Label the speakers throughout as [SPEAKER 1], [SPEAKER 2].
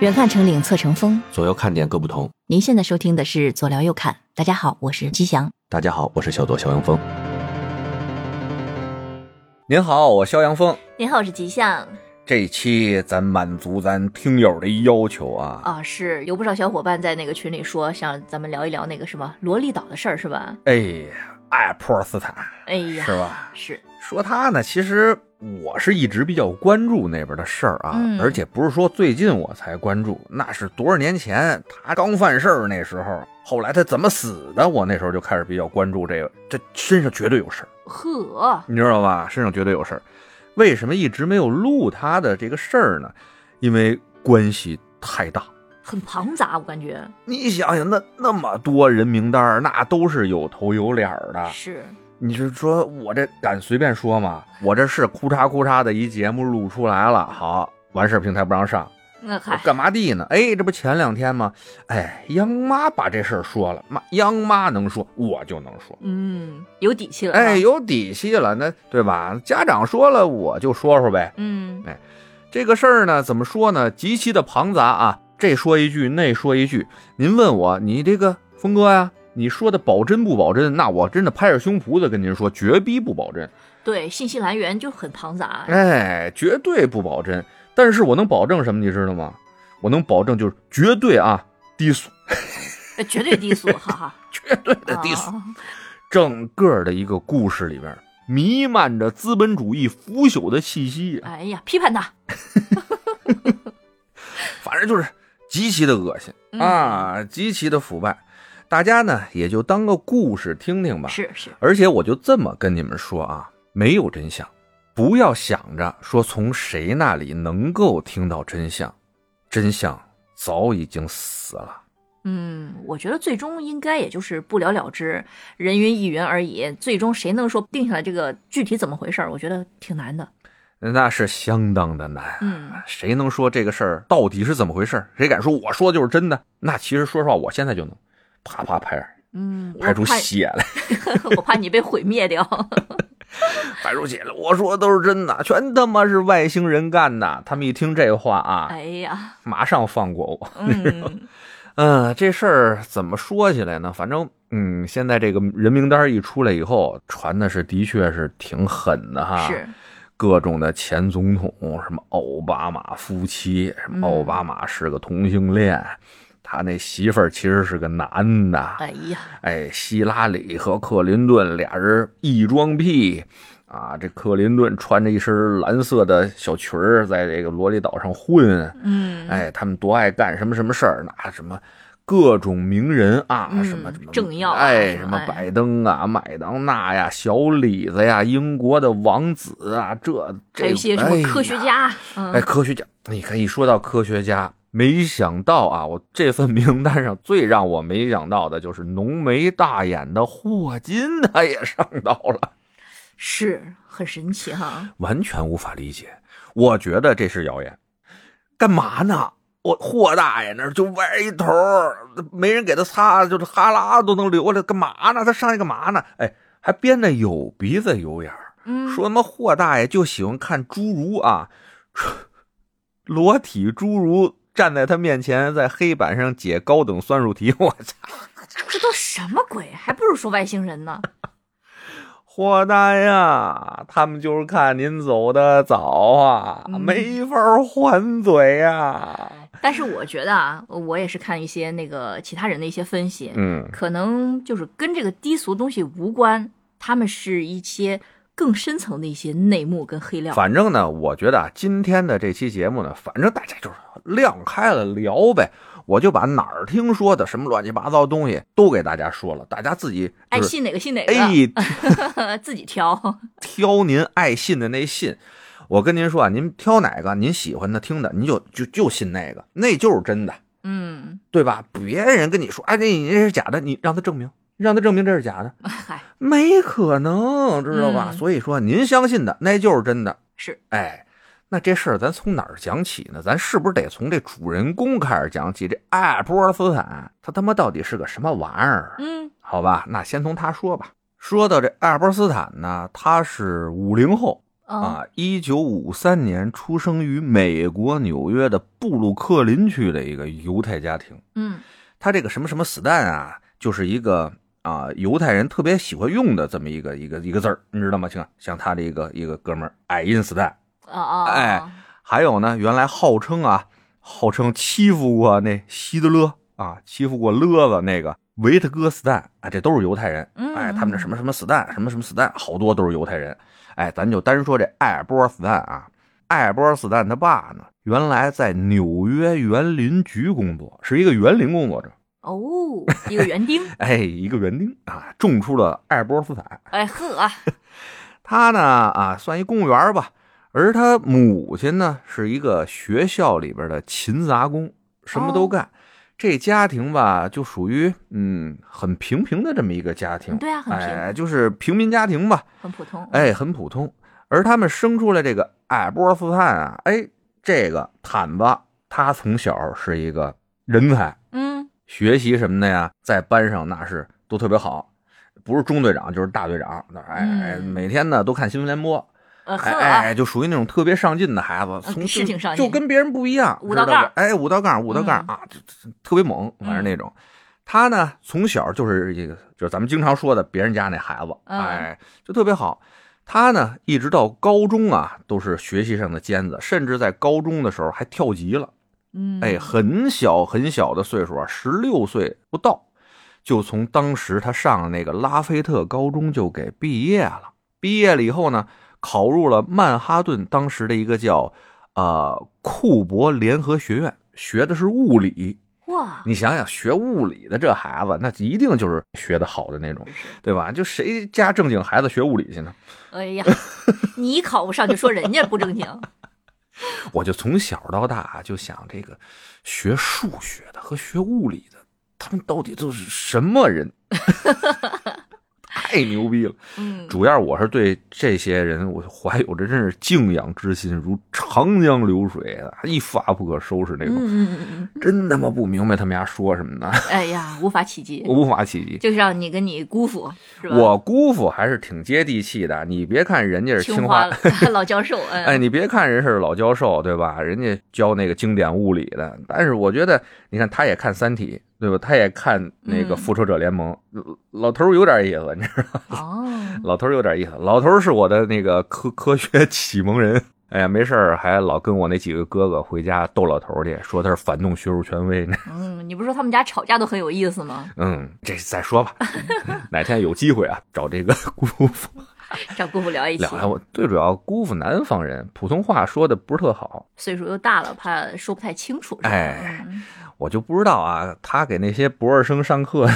[SPEAKER 1] 远看成岭侧成峰，
[SPEAKER 2] 左右看点各不同。
[SPEAKER 1] 您现在收听的是左聊右看。大家好，我是吉祥。
[SPEAKER 2] 大家好，我是小左肖阳峰。您好，我肖阳峰。
[SPEAKER 1] 您好，我是吉祥。
[SPEAKER 2] 这期咱满足咱听友的要求啊，
[SPEAKER 1] 啊，是有不少小伙伴在那个群里说，想咱们聊一聊那个什么罗利岛的事儿，是吧？
[SPEAKER 2] 哎呀，爱泼尔斯坦
[SPEAKER 1] 哎呀，
[SPEAKER 2] 是吧？
[SPEAKER 1] 是
[SPEAKER 2] 说他呢，其实我是一直比较关注那边的事儿啊，
[SPEAKER 1] 嗯
[SPEAKER 2] 而且不是说最近我才关注，那是多少年前他刚犯事儿那时候，后来他怎么死的，我那时候就开始比较关注这个，这身上绝对有事儿。
[SPEAKER 1] 呵，
[SPEAKER 2] 你知道吧？身上绝对有事儿。为什么一直没有录他的这个事儿呢？因为关系太大。
[SPEAKER 1] 很庞杂，我感觉
[SPEAKER 2] 你想想，那那么多人名单儿，那都是有头有脸儿的。
[SPEAKER 1] 是
[SPEAKER 2] 你是说我这敢随便说吗？我这是哭嚓哭嚓的一节目录出来了，好完事儿平台不让上，
[SPEAKER 1] 那
[SPEAKER 2] 我
[SPEAKER 1] 嗨，
[SPEAKER 2] 干嘛地呢？哎，这不前两天吗？哎，央妈把这事儿说了，妈，央妈能说，我就能说。
[SPEAKER 1] 嗯，有底气了，是
[SPEAKER 2] 哎，
[SPEAKER 1] 吧，
[SPEAKER 2] 有底气了，那对吧？家长说了，我就说说呗。
[SPEAKER 1] 嗯
[SPEAKER 2] 这个事儿呢，怎么说呢？极其的庞杂啊，这说一句，那说一句。您问我，你这个峰哥呀、你说的保真不保真？那我真的拍着胸脯子跟您说，绝逼不保真，
[SPEAKER 1] 对，信息来源就很庞 杂，
[SPEAKER 2] 哎，绝对不保真。但是我能保证什么，你知道吗？我能保证就是绝对啊，低俗，
[SPEAKER 1] 呃绝对低俗，哈哈，
[SPEAKER 2] 绝对的 低俗。
[SPEAKER 1] 啊
[SPEAKER 2] 整个的一个故事里边，弥漫着资本主义腐朽的气息啊。
[SPEAKER 1] 哎呀，批判他，
[SPEAKER 2] 反正就是极其的恶心
[SPEAKER 1] 嗯
[SPEAKER 2] 啊，极其的腐败。大家呢也就当个故事听听吧。
[SPEAKER 1] 是是，
[SPEAKER 2] 而且我就这么跟你们说啊，没有真相，不要想着说从谁那里能够听到真相，真相早已经死了。
[SPEAKER 1] 嗯，我觉得最终应该也就是不了了之，人云亦云而已。最终谁能说定下来这个具体怎么回事儿？我觉得挺难的。
[SPEAKER 2] 那是相当的难，啊
[SPEAKER 1] 嗯，
[SPEAKER 2] 谁能说这个事儿到底是怎么回事？谁敢说我说的就是真的？那其实说实话，我现在就能，啪啪拍
[SPEAKER 1] 嗯，我
[SPEAKER 2] 拍出啊
[SPEAKER 1] 怕
[SPEAKER 2] 血来。
[SPEAKER 1] 我怕你被毁灭掉。
[SPEAKER 2] 白如姐了，我说的都是真的，全他妈是外星人干的。他们一听这话啊，
[SPEAKER 1] 哎呀，
[SPEAKER 2] 马上放过我。
[SPEAKER 1] 嗯，
[SPEAKER 2] 嗯、这事儿怎么说起来呢？反正嗯，现在这个人名单一出来以后，传的是的确是挺狠的哈，
[SPEAKER 1] 是，
[SPEAKER 2] 各种的前总统，什么奥巴马夫妻，什么奥巴马是个同性恋。他那媳妇儿其实是个男的，
[SPEAKER 1] 哎呀，
[SPEAKER 2] 哎，希拉里和克林顿俩人异装癖啊！这克林顿穿着一身蓝色的小裙儿，在这个罗里岛上混。
[SPEAKER 1] 嗯，
[SPEAKER 2] 哎，他们多爱干什么什么事儿？那什么各种名人啊，
[SPEAKER 1] 嗯
[SPEAKER 2] 什么什么
[SPEAKER 1] 政要啊
[SPEAKER 2] 哎，
[SPEAKER 1] 什
[SPEAKER 2] 什
[SPEAKER 1] 么
[SPEAKER 2] 么
[SPEAKER 1] 哎
[SPEAKER 2] 拜登啊、麦当娜呀、小李子呀、英国的王子啊，这这
[SPEAKER 1] 还有一些什么科学
[SPEAKER 2] 哎呀
[SPEAKER 1] 家，
[SPEAKER 2] 哎，
[SPEAKER 1] 嗯，
[SPEAKER 2] 科学家，你看一说到科学家，没想到啊，我这份名单上最让我没想到的就是浓眉大眼的霍金，他也上到了，
[SPEAKER 1] 是很神奇哈。
[SPEAKER 2] 完全无法理解。我觉得这是谣言，干嘛呢？我霍大爷那儿就歪一头儿，没人给他擦，就是哈喇子都能流下来，干嘛呢？他上去干嘛呢？哎，还编的有鼻子有眼儿。
[SPEAKER 1] 嗯，
[SPEAKER 2] 说他妈霍大爷就喜欢看侏儒啊，说裸体侏儒站在他面前，在黑板上解高等算术题。我操！
[SPEAKER 1] 这都什么鬼？还不如说外星人呢。
[SPEAKER 2] 霍大爷啊，他们就是看您走的早啊，
[SPEAKER 1] 嗯
[SPEAKER 2] 没法还嘴呀、
[SPEAKER 1] 但是我觉得啊，我也是看一些那个其他人的一些分析，
[SPEAKER 2] 嗯，
[SPEAKER 1] 可能就是跟这个低俗东西无关，他们是一些更深层的一些内幕跟黑料。
[SPEAKER 2] 反正呢，我觉得啊，今天的这期节目呢，反正大家就是亮开了聊呗。我就把哪儿听说的什么乱七八糟东西都给大家说了，大家自己
[SPEAKER 1] 爱
[SPEAKER 2] 就是
[SPEAKER 1] 信哪个信哪个，
[SPEAKER 2] 哎
[SPEAKER 1] 自己挑。
[SPEAKER 2] 挑您爱信的那信。我跟您说啊，您挑哪个您喜欢的听的，您就就就信那个，那就是真的，
[SPEAKER 1] 嗯，
[SPEAKER 2] 对吧？别人跟你说，哎，那你这是假的，你让他证明，让他证明这是假的，
[SPEAKER 1] 嗨，
[SPEAKER 2] 没可能，知道吧？
[SPEAKER 1] 嗯
[SPEAKER 2] 所以说，您相信的那就是真的。
[SPEAKER 1] 是，
[SPEAKER 2] 哎，那这事儿咱从哪儿讲起呢？咱是不是得从这主人公开始讲起？这爱泼尔斯坦，他他妈到底是个什么玩意儿？
[SPEAKER 1] 嗯
[SPEAKER 2] 好吧，那先从他说吧。说到这爱泼斯坦呢，他是五零后，
[SPEAKER 1] 啊
[SPEAKER 2] 啊，一九五三年出生于美国纽约的布鲁克林区的一个犹太家庭。
[SPEAKER 1] 嗯
[SPEAKER 2] 他这个什么什么死蛋啊，就是一个啊犹太人特别喜欢用的这么一个一个一个字儿，你知道吗？像像他这个一个哥们儿矮因死蛋，
[SPEAKER 1] 啊啊，啊
[SPEAKER 2] 哎，还有呢，原来号称啊号称欺负过那希特勒啊，欺负过勒子那个维特哥斯蛋啊，这都是犹太人。
[SPEAKER 1] 嗯
[SPEAKER 2] 哎，他们这什么什么死蛋，什么什么死蛋，好多都是犹太人。哎，咱就单说这艾尔波死蛋啊，艾尔波死蛋他爸呢，原来在纽约园林局工作，是一个园林工作者。
[SPEAKER 1] 哦，一个园 丁，
[SPEAKER 2] 哎，一个园丁啊，种出了爱尔波斯坦。
[SPEAKER 1] 哎呵啊，
[SPEAKER 2] 他呢啊，算一公务员吧，而他母亲呢，是一个学校里边的勤杂工，什
[SPEAKER 1] 哦
[SPEAKER 2] 么都干。这家庭吧，就属于嗯很平平的这么一个家庭，
[SPEAKER 1] 对啊，很平，哦
[SPEAKER 2] 哎，就是平民家庭吧，
[SPEAKER 1] 很普通，
[SPEAKER 2] 哎，很普通。而他们生出来这个艾尔波斯坦啊，哎，这个坦子他从小是一个人才，
[SPEAKER 1] 嗯
[SPEAKER 2] 学习什么的呀，在班上那是都特别好，不是中队长就是大队长，那哎哎，
[SPEAKER 1] 嗯
[SPEAKER 2] 每天呢都看新闻联播，
[SPEAKER 1] 呃呵
[SPEAKER 2] 哎
[SPEAKER 1] 啊，
[SPEAKER 2] 哎，就属于那种特别上进的孩子，
[SPEAKER 1] 嗯
[SPEAKER 2] 从
[SPEAKER 1] 是挺上进
[SPEAKER 2] 就跟别人不一样，
[SPEAKER 1] 五道嗯
[SPEAKER 2] 知道吧
[SPEAKER 1] 杠
[SPEAKER 2] 哎，五道杠，五道杠啊，这这特别猛，反
[SPEAKER 1] 嗯
[SPEAKER 2] 正那种。他呢，从小就是这个，就是咱们经常说的别人家那孩子，
[SPEAKER 1] 嗯
[SPEAKER 2] 哎，就特别好。他呢，一直到高中啊，都是学习上的尖子，甚至在高中的时候还跳级了。
[SPEAKER 1] 嗯
[SPEAKER 2] 哎，很小很小的岁数啊，十六岁不到，就从当时他上的那个拉菲特高中就给毕业了。毕业了以后呢，考入了曼哈顿当时的一个叫呃库珀联合学院，学的是物理。
[SPEAKER 1] 哇，
[SPEAKER 2] 你想想，学物理的这孩子，那一定就是学的好的那种，对吧？就谁家正经孩子学物理去呢？
[SPEAKER 1] 哎呀，你考不上就说人家不 正经，
[SPEAKER 2] 我就从小到大啊就想这个学数学的和学物理的，他们到底都是什么人？ 太牛逼了！
[SPEAKER 1] 嗯，
[SPEAKER 2] 主要我是对这些人，我怀有着真是敬仰之心，如长江流水啊，一发不可收拾那
[SPEAKER 1] 嗯
[SPEAKER 2] 种。
[SPEAKER 1] 嗯嗯嗯
[SPEAKER 2] 真他妈不明白他们家说什么呢，
[SPEAKER 1] 嗯，哎呀，无法企及，
[SPEAKER 2] 我无法企及。
[SPEAKER 1] 就让你跟你姑父是吧？
[SPEAKER 2] 我姑父还是挺接地气的，你别看人家是清
[SPEAKER 1] 清
[SPEAKER 2] 华
[SPEAKER 1] 华 老教授，
[SPEAKER 2] 哎，
[SPEAKER 1] 嗯，
[SPEAKER 2] 你别看人是老教授，对吧？人家教那个经典物理的，但是我觉得，你看他也看《三体》，对吧？他也看那个
[SPEAKER 1] 嗯
[SPEAKER 2] 《复仇者联盟》老老头儿有点意思，你知道，
[SPEAKER 1] 哦，
[SPEAKER 2] 老头儿有点意思。老头儿是我的那个科科学启蒙人。哎呀，没事儿，还老跟我那几个哥哥回家逗老头儿去，说他是反动学术权威。
[SPEAKER 1] 嗯，你不是说他们家吵架都很有意思吗？
[SPEAKER 2] 嗯，这再 说吧，哪天有机会啊，找这个姑父
[SPEAKER 1] 找姑父聊一起，
[SPEAKER 2] 聊聊。啊我最主要，姑父南方人，普通话说的不是特好，
[SPEAKER 1] 岁数又大了，怕说不太清楚，是吧
[SPEAKER 2] 哎
[SPEAKER 1] 嗯
[SPEAKER 2] 我就不知道啊，他给那些博士生上课，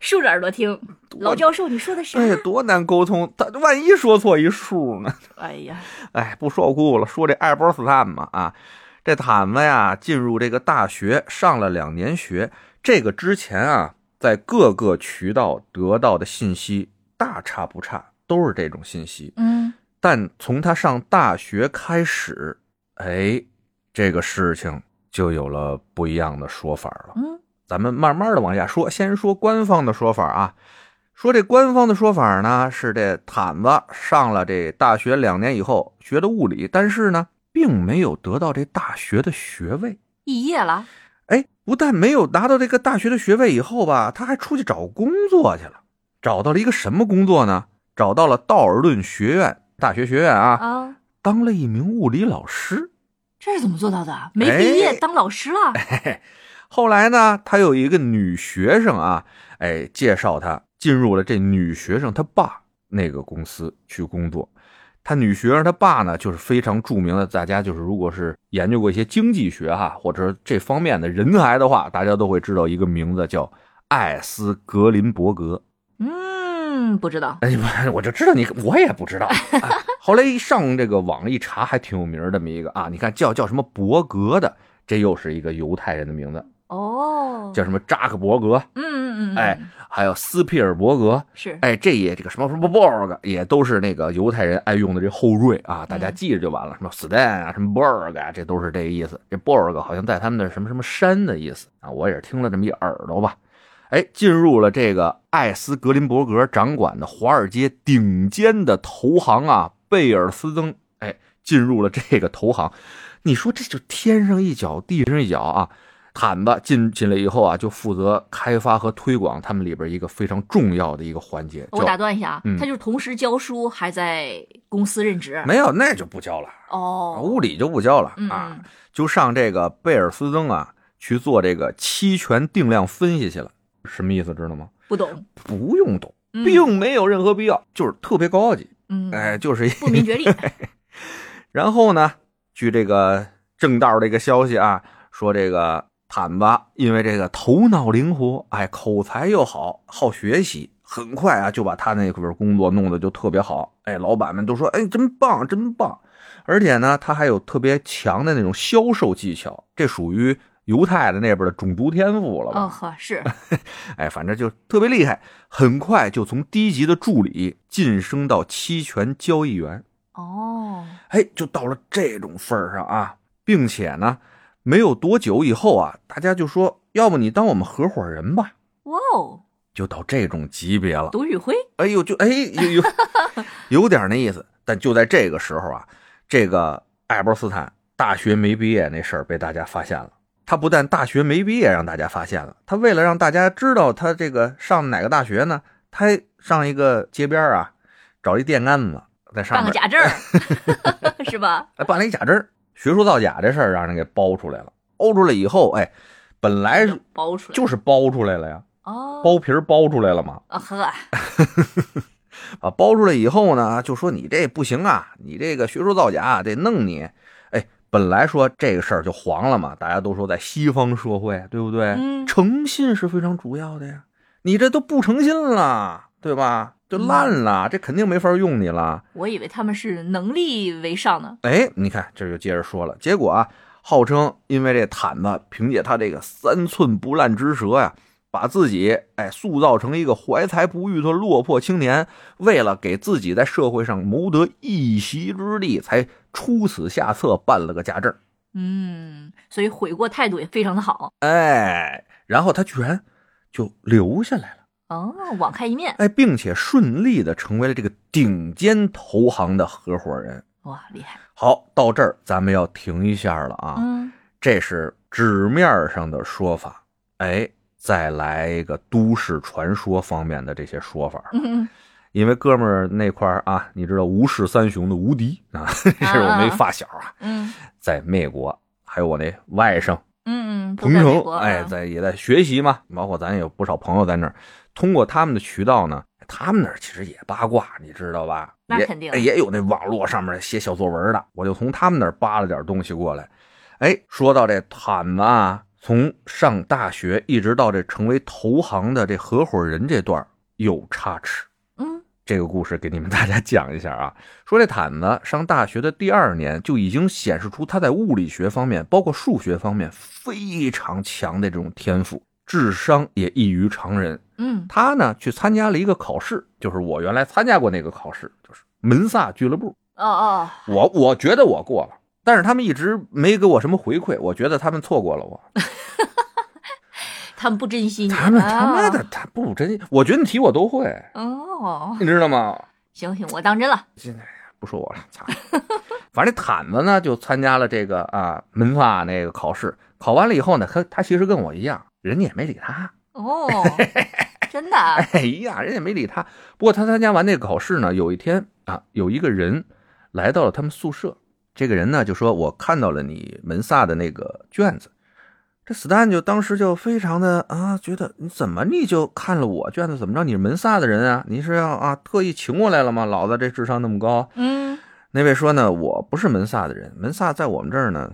[SPEAKER 1] 竖着耳朵听，老教授你说的啥？
[SPEAKER 2] 哎，多难沟通。他万一说错一数呢？
[SPEAKER 1] 哎呀，
[SPEAKER 2] 哎，不说哭了，说这爱波斯坦嘛啊，这坦子呀，进入这个大学上了两年学，这个之前啊，在各个渠道得到的信息大差不差，都是这种信息。
[SPEAKER 1] 嗯，
[SPEAKER 2] 但从他上大学开始，哎，这个事情就有了不一样的说法了。
[SPEAKER 1] 嗯，
[SPEAKER 2] 咱们慢慢的往下说，先说官方的说法啊。说这官方的说法呢，是这坦子上了这大学两年以后学的物理，但是呢，并没有得到这大学的学位。
[SPEAKER 1] 毕业了，
[SPEAKER 2] 哎，不但没有拿到这个大学的学位以后吧，他还出去找工作去了，找到了一个什么工作呢？找到了道尔顿学院大学学院啊，
[SPEAKER 1] 啊，
[SPEAKER 2] 当了一名物理老师。
[SPEAKER 1] 这是怎么做到的？没毕业
[SPEAKER 2] 哎
[SPEAKER 1] 当老师了？
[SPEAKER 2] 后来呢，他有一个女学生啊，哎，介绍他进入了这女学生他爸那个公司去工作。他女学生他爸呢，就是非常著名的，大家就是如果是研究过一些经济学哈、或者说这方面的人才的话，大家都会知道一个名字叫艾斯格林伯格。
[SPEAKER 1] 嗯，不知道，
[SPEAKER 2] 哎，我我就知道你，我也不知道。哎后来一上这个网一查，还挺有名儿这么一个啊，你看叫叫什么伯格的，这又是一个犹太人的名字，
[SPEAKER 1] 哦，
[SPEAKER 2] 叫什么扎克伯格。
[SPEAKER 1] 嗯嗯嗯，
[SPEAKER 2] 哎，还有斯皮尔伯格，
[SPEAKER 1] 是，
[SPEAKER 2] 哎，这也这个什么什么 Borg 也都是那个犹太人爱用的这后缀啊，大家
[SPEAKER 1] 嗯
[SPEAKER 2] 记着就完了。什么 Stan 啊，什么 Borg 啊，这都是这个意思。这 Borg 好像在他们的什么什么山的意思啊，我也是听了这么一耳朵吧。哎，进入了这个艾斯格林伯格掌管的华尔街顶尖的投行啊，贝尔斯登，哎，进入了这个投行。你说这就天上一脚地上一脚啊！坦子进进来以后啊，就负责开发和推广他们里边一个非常重要的一个环节。
[SPEAKER 1] 我
[SPEAKER 2] 叫
[SPEAKER 1] 打断一下啊，
[SPEAKER 2] 嗯
[SPEAKER 1] 他就是同时教书，还在公司任职。
[SPEAKER 2] 没有那就不教了，
[SPEAKER 1] 哦，
[SPEAKER 2] 物理就不教了
[SPEAKER 1] 嗯
[SPEAKER 2] 啊
[SPEAKER 1] 嗯，
[SPEAKER 2] 就上这个贝尔斯登啊去做这个期权定量分析去了。什么意思知道吗？
[SPEAKER 1] 不懂，
[SPEAKER 2] 不用懂，
[SPEAKER 1] 嗯
[SPEAKER 2] 并没有任何必要，就是特别高级，
[SPEAKER 1] 嗯，
[SPEAKER 2] 哎，就是一
[SPEAKER 1] 不明 觉厉。
[SPEAKER 2] 然后呢，据这个正道这个消息啊，说这个坦巴因为这个头脑灵活，哎，口才又好，好学习，很快啊就把他那份工作弄得就特别好。哎，老板们都说，哎，真棒，真棒。而且呢，他还有特别强的那种销售技巧，这属于犹太的那边的种族天赋了吧？
[SPEAKER 1] 哦呵， 是，
[SPEAKER 2] 哎，反正就特别厉害，很快就从低级的助理晋升到期权交易员。
[SPEAKER 1] 哦，
[SPEAKER 2] 哎，就到了这种份儿上啊，并且呢，没有多久以后啊，大家就说，要不你当我们合伙人吧，
[SPEAKER 1] 哇哦，
[SPEAKER 2] 就到这种级别了。
[SPEAKER 1] 董宇辉，
[SPEAKER 2] 哎呦，就哎有 有有点那意思。但就在这个时候啊，这个爱泼斯坦大学没毕业那事儿被大家发现了。他不但大学没毕业让大家发现了，他为了让大家知道他这个上哪个大学呢，他还上一个街边儿啊，找一电杆子在上
[SPEAKER 1] 办
[SPEAKER 2] 面
[SPEAKER 1] 个假证儿， 是吧？
[SPEAKER 2] 哎，办了一假证儿，学术造假这事儿让人给包出来了。包出来以后，哎，本来
[SPEAKER 1] 包出来，
[SPEAKER 2] 就是包出来了呀，
[SPEAKER 1] 哦，
[SPEAKER 2] 包皮儿包出来了嘛。
[SPEAKER 1] 啊呵，
[SPEAKER 2] 啊，包出来以后呢，就说你这不行啊，你这个学术造假啊得弄你。哎，本来说这个事儿就黄了嘛，大家都说在西方社会，对不对？
[SPEAKER 1] 嗯
[SPEAKER 2] 诚信是非常主要的呀，你这都不诚信了，对吧？就烂了，这肯定没法用你了。
[SPEAKER 1] 我以为他们是能力为上呢。
[SPEAKER 2] 哎，你看这就接着说了，结果啊，号称因为这毯子，凭借他这个三寸不烂之舌呀、把自己哎塑造成一个怀才不遇的落魄青年，为了给自己在社会上谋得一席之地，才出此下策办了个假证。
[SPEAKER 1] 嗯，所以悔过态度也非常的好。
[SPEAKER 2] 哎，然后他居然就留下来了，
[SPEAKER 1] 哦，网开一面，
[SPEAKER 2] 哎，并且顺利的成为了这个顶尖投行的合伙人。
[SPEAKER 1] 哇，厉害。
[SPEAKER 2] 好，到这儿咱们要停一下了啊。
[SPEAKER 1] 嗯，
[SPEAKER 2] 这是纸面上的说法，哎，再来一个都市传说方面的这些说法，
[SPEAKER 1] 嗯
[SPEAKER 2] 因为哥们儿那块儿啊，你知道吴氏三雄的无敌啊， 这是我那发小啊，
[SPEAKER 1] 嗯
[SPEAKER 2] 在美国，还有我那外甥
[SPEAKER 1] 嗯嗯，都
[SPEAKER 2] 彭
[SPEAKER 1] 在美
[SPEAKER 2] 程
[SPEAKER 1] 国，
[SPEAKER 2] 哎，在也在学习嘛，包括咱也有不少朋友在那儿，通过他们的渠道呢，他们那儿其实也八卦，你知道吧？
[SPEAKER 1] 那
[SPEAKER 2] 也
[SPEAKER 1] 肯定
[SPEAKER 2] 哎也有那网络上面写小作文的，我就从他们那儿扒了点东西过来。哎，说到这坦子啊，从上大学一直到这成为投行的这合伙人这段儿有差池。
[SPEAKER 1] 嗯
[SPEAKER 2] 这个故事给你们大家讲一下啊。说这坦子上大学的第二年就已经显示出他在物理学方面，包括数学方面非常强的这种天赋，智商也异于常人。
[SPEAKER 1] 嗯，
[SPEAKER 2] 他呢去参加了一个考试，就是我原来参加过那个考试，就是门萨俱乐部。
[SPEAKER 1] 哦哦，
[SPEAKER 2] 我我觉得我过了，但是他们一直没给我什么回馈，我觉得他们错过了我。
[SPEAKER 1] 他们不珍惜你，
[SPEAKER 2] 他们他妈
[SPEAKER 1] 啊
[SPEAKER 2] 的他不真心，我觉得你题我都会，
[SPEAKER 1] 哦，
[SPEAKER 2] 你知道吗？
[SPEAKER 1] 行行，我当真了。
[SPEAKER 2] 不说我了，操！反正这坦子呢就参加了这个啊门法那个考试，考完了以后呢，他他其实跟我一样，人家也没理他，
[SPEAKER 1] 哦，真的啊，
[SPEAKER 2] 哎呀，人家也没理他。不过他参加完那个考试呢，有一天啊，有一个人来到了他们宿舍，这个人呢就说：“我看到了你门萨的那个卷子。”这斯丹就当时就非常的啊，觉得你怎么你就看了我卷子怎么着？你是门萨的人啊，你是要啊特意请我来了吗？老子这智商那么高，
[SPEAKER 1] 嗯，
[SPEAKER 2] 那位说呢，我不是门萨的人，门萨在我们这儿呢，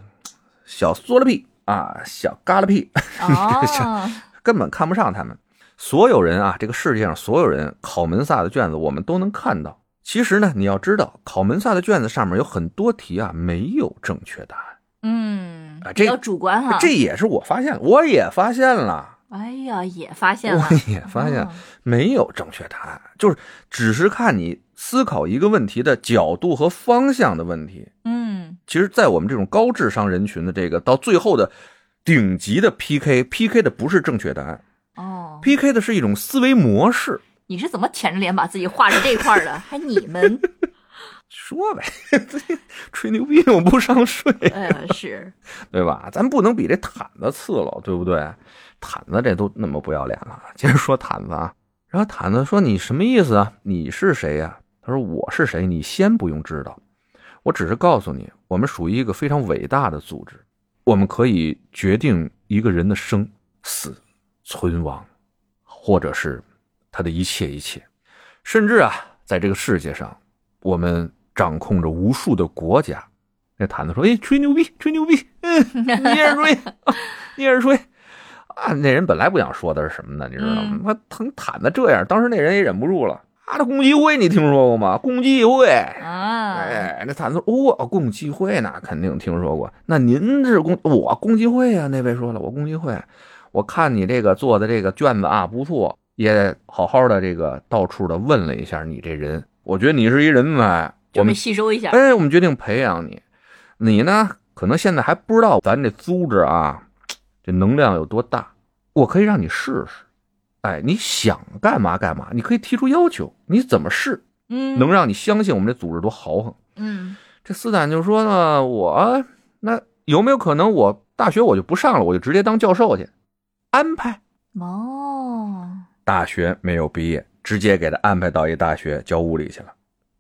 [SPEAKER 2] 小缩了屁啊，小嘎了屁，
[SPEAKER 1] 哦，
[SPEAKER 2] 根本看不上他们。所有人啊，这个世界上所有人考门萨的卷子，我们都能看到。其实呢，你要知道，考门萨的卷子上面有很多题啊，没有正确答案。
[SPEAKER 1] 嗯
[SPEAKER 2] 啊，
[SPEAKER 1] 比
[SPEAKER 2] 这
[SPEAKER 1] 较主观哈。
[SPEAKER 2] 这也是我发现，我也发现了，
[SPEAKER 1] 哎呀，也发现了，
[SPEAKER 2] 我也发现
[SPEAKER 1] 哦
[SPEAKER 2] 没有正确答案，就是只是看你思考一个问题的角度和方向的问题。
[SPEAKER 1] 嗯，
[SPEAKER 2] 其实，在我们这种高智商人群的这个到最后的顶级的 PK，PK 的不是正确答案
[SPEAKER 1] 哦，
[SPEAKER 2] ，PK 的是一种思维模式。
[SPEAKER 1] 你是怎么舔着脸把自己画成这块儿的？还你们，
[SPEAKER 2] 说呗，吹牛逼我不上税，
[SPEAKER 1] 哎，是，
[SPEAKER 2] 对吧？咱不能比这毯子次了，对不对？毯子这都那么不要脸了。接着说毯子啊，然后毯子说：“你什么意思啊？你是谁呀、他说：“我是谁，你先不用知道，我只是告诉你，我们属于一个非常伟大的组织，我们可以决定一个人的生死、存亡，或者是他的一切一切，甚至啊，在这个世界上，我们掌控着无数的国家。”那毯子说：“哎，吹牛逼，吹牛逼，嗯，你接着吹， 啊你接着吹。”啊，那人本来不想说的是什么呢？你知道吗
[SPEAKER 1] 嗯？
[SPEAKER 2] 他疼毯子这样，当时那人也忍不住了。啊，这共济会你听说过吗？共济会，
[SPEAKER 1] 啊，
[SPEAKER 2] 哎，那毯子哦，共济会那肯定听说过。那您是共我共济会啊？那位说了，我共济会，我看你这个做的这个卷子啊不错，也好好的这个到处的问了一下你这人，我觉得你是一人才，我
[SPEAKER 1] 准备
[SPEAKER 2] 们
[SPEAKER 1] 吸收一下，
[SPEAKER 2] 哎，我们决定培养你。你呢，可能现在还不知道咱这组织啊，这能量有多大。我可以让你试试，哎，你想干嘛干嘛，你可以提出要求，你怎么试，
[SPEAKER 1] 嗯，
[SPEAKER 2] 能让你相信我们这组织多豪横。
[SPEAKER 1] 嗯，
[SPEAKER 2] 这斯坦就说呢，我那有没有可能我大学我就不上了，我就直接当教授去？安排
[SPEAKER 1] 哦，
[SPEAKER 2] 大学没有毕业，直接给他安排到一大学教物理去了。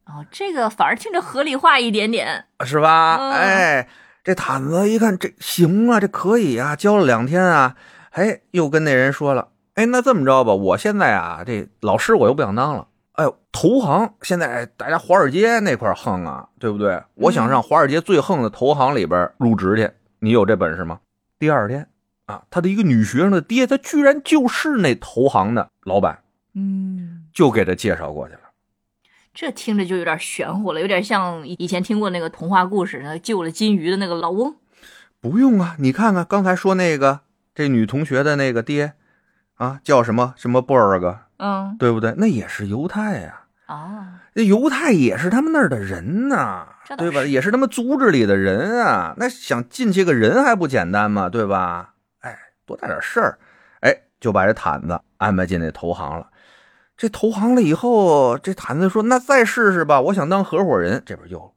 [SPEAKER 1] 哦，这个反而听着合理化一点点，
[SPEAKER 2] 是吧？
[SPEAKER 1] 嗯
[SPEAKER 2] 哎，这毯子一看这行啊，这可以啊，教了两天啊，哎，又跟那人说了，哎，那这么着吧，我现在啊，这老师我又不想当了。哎，投行现在哎大家华尔街那块儿横啊，对不对？我想上华尔街最横的投行里边儿入职去，你有这本事吗？第二天啊，他的一个女学生的爹，他居然就是那投行的老板，
[SPEAKER 1] 嗯，
[SPEAKER 2] 就给他介绍过去了。
[SPEAKER 1] 这听着就有点玄乎了，有点像以以前听过那个童话故事，那救了金鱼的那个老翁，
[SPEAKER 2] 不用啊，你看看刚才说那个这女同学的那个爹，啊，叫什么什么波尔格，
[SPEAKER 1] 嗯，
[SPEAKER 2] 对不对？那也是犹太呀、
[SPEAKER 1] 啊，
[SPEAKER 2] 那犹太也是他们那儿的人呐、
[SPEAKER 1] 这倒
[SPEAKER 2] 对吧？
[SPEAKER 1] 是
[SPEAKER 2] 也是他们组织里的人啊。那想进去个人还不简单吗？对吧？哎，多大点事儿，哎，就把这毯子安排进那投行了。这投行了以后，这毯子说：“那再试试吧，我想当合伙人。”这边又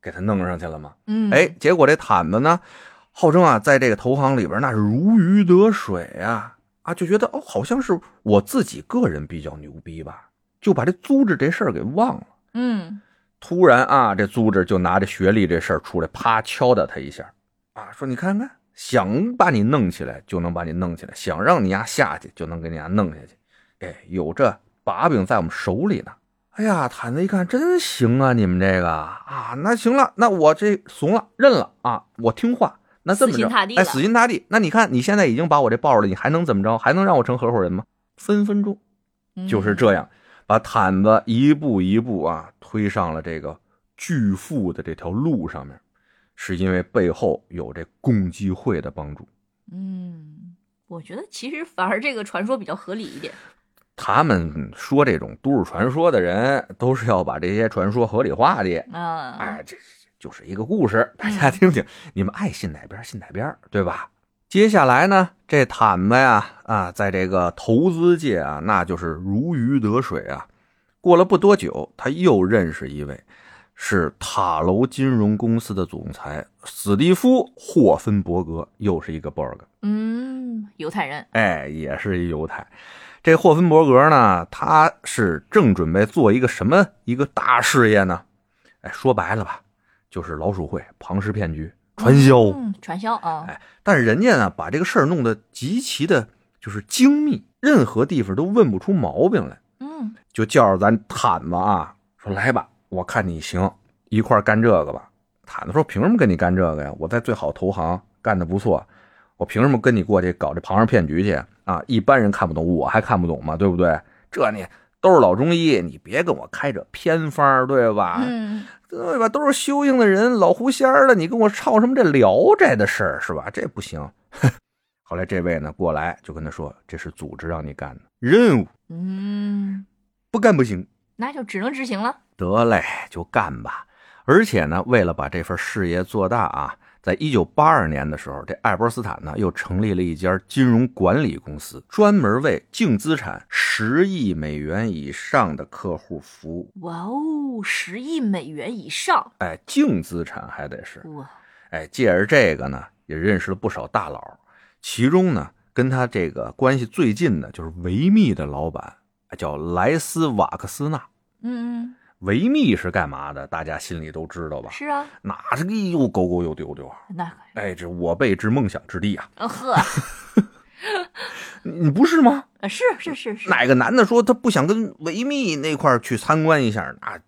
[SPEAKER 2] 给他弄上去了吗？
[SPEAKER 1] 嗯，
[SPEAKER 2] 哎，，结果这毯子呢，号称啊，在这个投行里边那是如鱼得水啊啊，就觉得哦，好像是我自己个人比较牛逼吧，就把这租制这事儿给忘了。
[SPEAKER 1] 嗯，
[SPEAKER 2] 突然啊，这租制就拿着学历这事儿出来，啪敲打他一下，啊，说你看看，想把你弄起来就能把你弄起来，想让你丫下去就能给你丫弄下去，哎，有这把柄在我们手里呢。哎呀，毯子一看，真行啊！你们这个啊，那行了，那我这怂了，认了啊，我听话。那这么着，
[SPEAKER 1] 死心塌地
[SPEAKER 2] 哎，
[SPEAKER 1] 了
[SPEAKER 2] 死心塌地。那你看，你现在已经把我这抱了，你还能怎么着？还能让我成合伙人吗？分分钟。
[SPEAKER 1] 嗯
[SPEAKER 2] 就是，这样，把毯子一步一步啊推上了这个巨富的这条路上面，是因为背后有这共济会的帮助。
[SPEAKER 1] 嗯，我觉得其实反而这个传说比较合理一点，
[SPEAKER 2] 他们说这种都市传说的人，都是要把这些传说合理化的。
[SPEAKER 1] 啊，
[SPEAKER 2] 哎，这就是一个故事，大家听听，你们爱信哪边儿信哪边儿，对吧？接下来呢，这毯子呀，啊，在这个投资界啊，那就是如鱼得水啊。过了不多久，他又认识一位，是塔楼金融公司的总裁史蒂夫·霍芬伯格，又是一个 bug。
[SPEAKER 1] 嗯，犹太人，
[SPEAKER 2] 哎，也是一犹太。这霍芬伯格呢，他是正准备做一个什么一个大事业呢？哎，说白了吧，就是老鼠会、庞氏骗局、传销。
[SPEAKER 1] 嗯，传销啊，
[SPEAKER 2] 哦哎，但是人家呢，把这个事儿弄得极其的，就是精密，任何地方都问不出毛病来，
[SPEAKER 1] 嗯，
[SPEAKER 2] 就叫着咱毯子啊，说来吧，我看你行，一块儿干这个吧。毯子说：“凭什么跟你干这个呀？我在最好投行干的不错，我凭什么跟你过去搞这庞氏骗局去啊？一般人看不懂，我还看不懂吗？对不对？这你都是老中医，你别跟我开这偏方儿，对吧？
[SPEAKER 1] 嗯，
[SPEAKER 2] 对吧？都是修行的人，老狐仙儿了，你跟我吵什么这聊斋的事儿是吧？这不行。 后来这位呢过来就跟他说，这是组织让你干的任务，
[SPEAKER 1] 嗯，
[SPEAKER 2] 不干不行。
[SPEAKER 1] 那就只能执行了，
[SPEAKER 2] 得嘞，就干吧。而且呢，为了把这份事业做大啊，在一九八二年的时候，这爱泼斯坦呢又成立了一家金融管理公司，专门为净资产十亿美元以上的客户服务。
[SPEAKER 1] 哇哦，数十亿美元以上。
[SPEAKER 2] 哎，净资产还得是，
[SPEAKER 1] 哇，
[SPEAKER 2] 哎，借着这个呢，也认识了不少大佬，其中呢，跟他这个关系最近的就是维密的老板，哎叫莱斯瓦克斯纳。
[SPEAKER 1] 嗯嗯，
[SPEAKER 2] 维密是干嘛的？大家心里都知道吧？
[SPEAKER 1] 是啊，
[SPEAKER 2] 哪是个又狗狗又丢丢啊？
[SPEAKER 1] 那可
[SPEAKER 2] 哎，这我辈之梦想之地啊！
[SPEAKER 1] 呃呵，
[SPEAKER 2] 你你不是吗？
[SPEAKER 1] 呃是是是是，
[SPEAKER 2] 哪个男的说他不想跟维密那块儿去参观一下，那、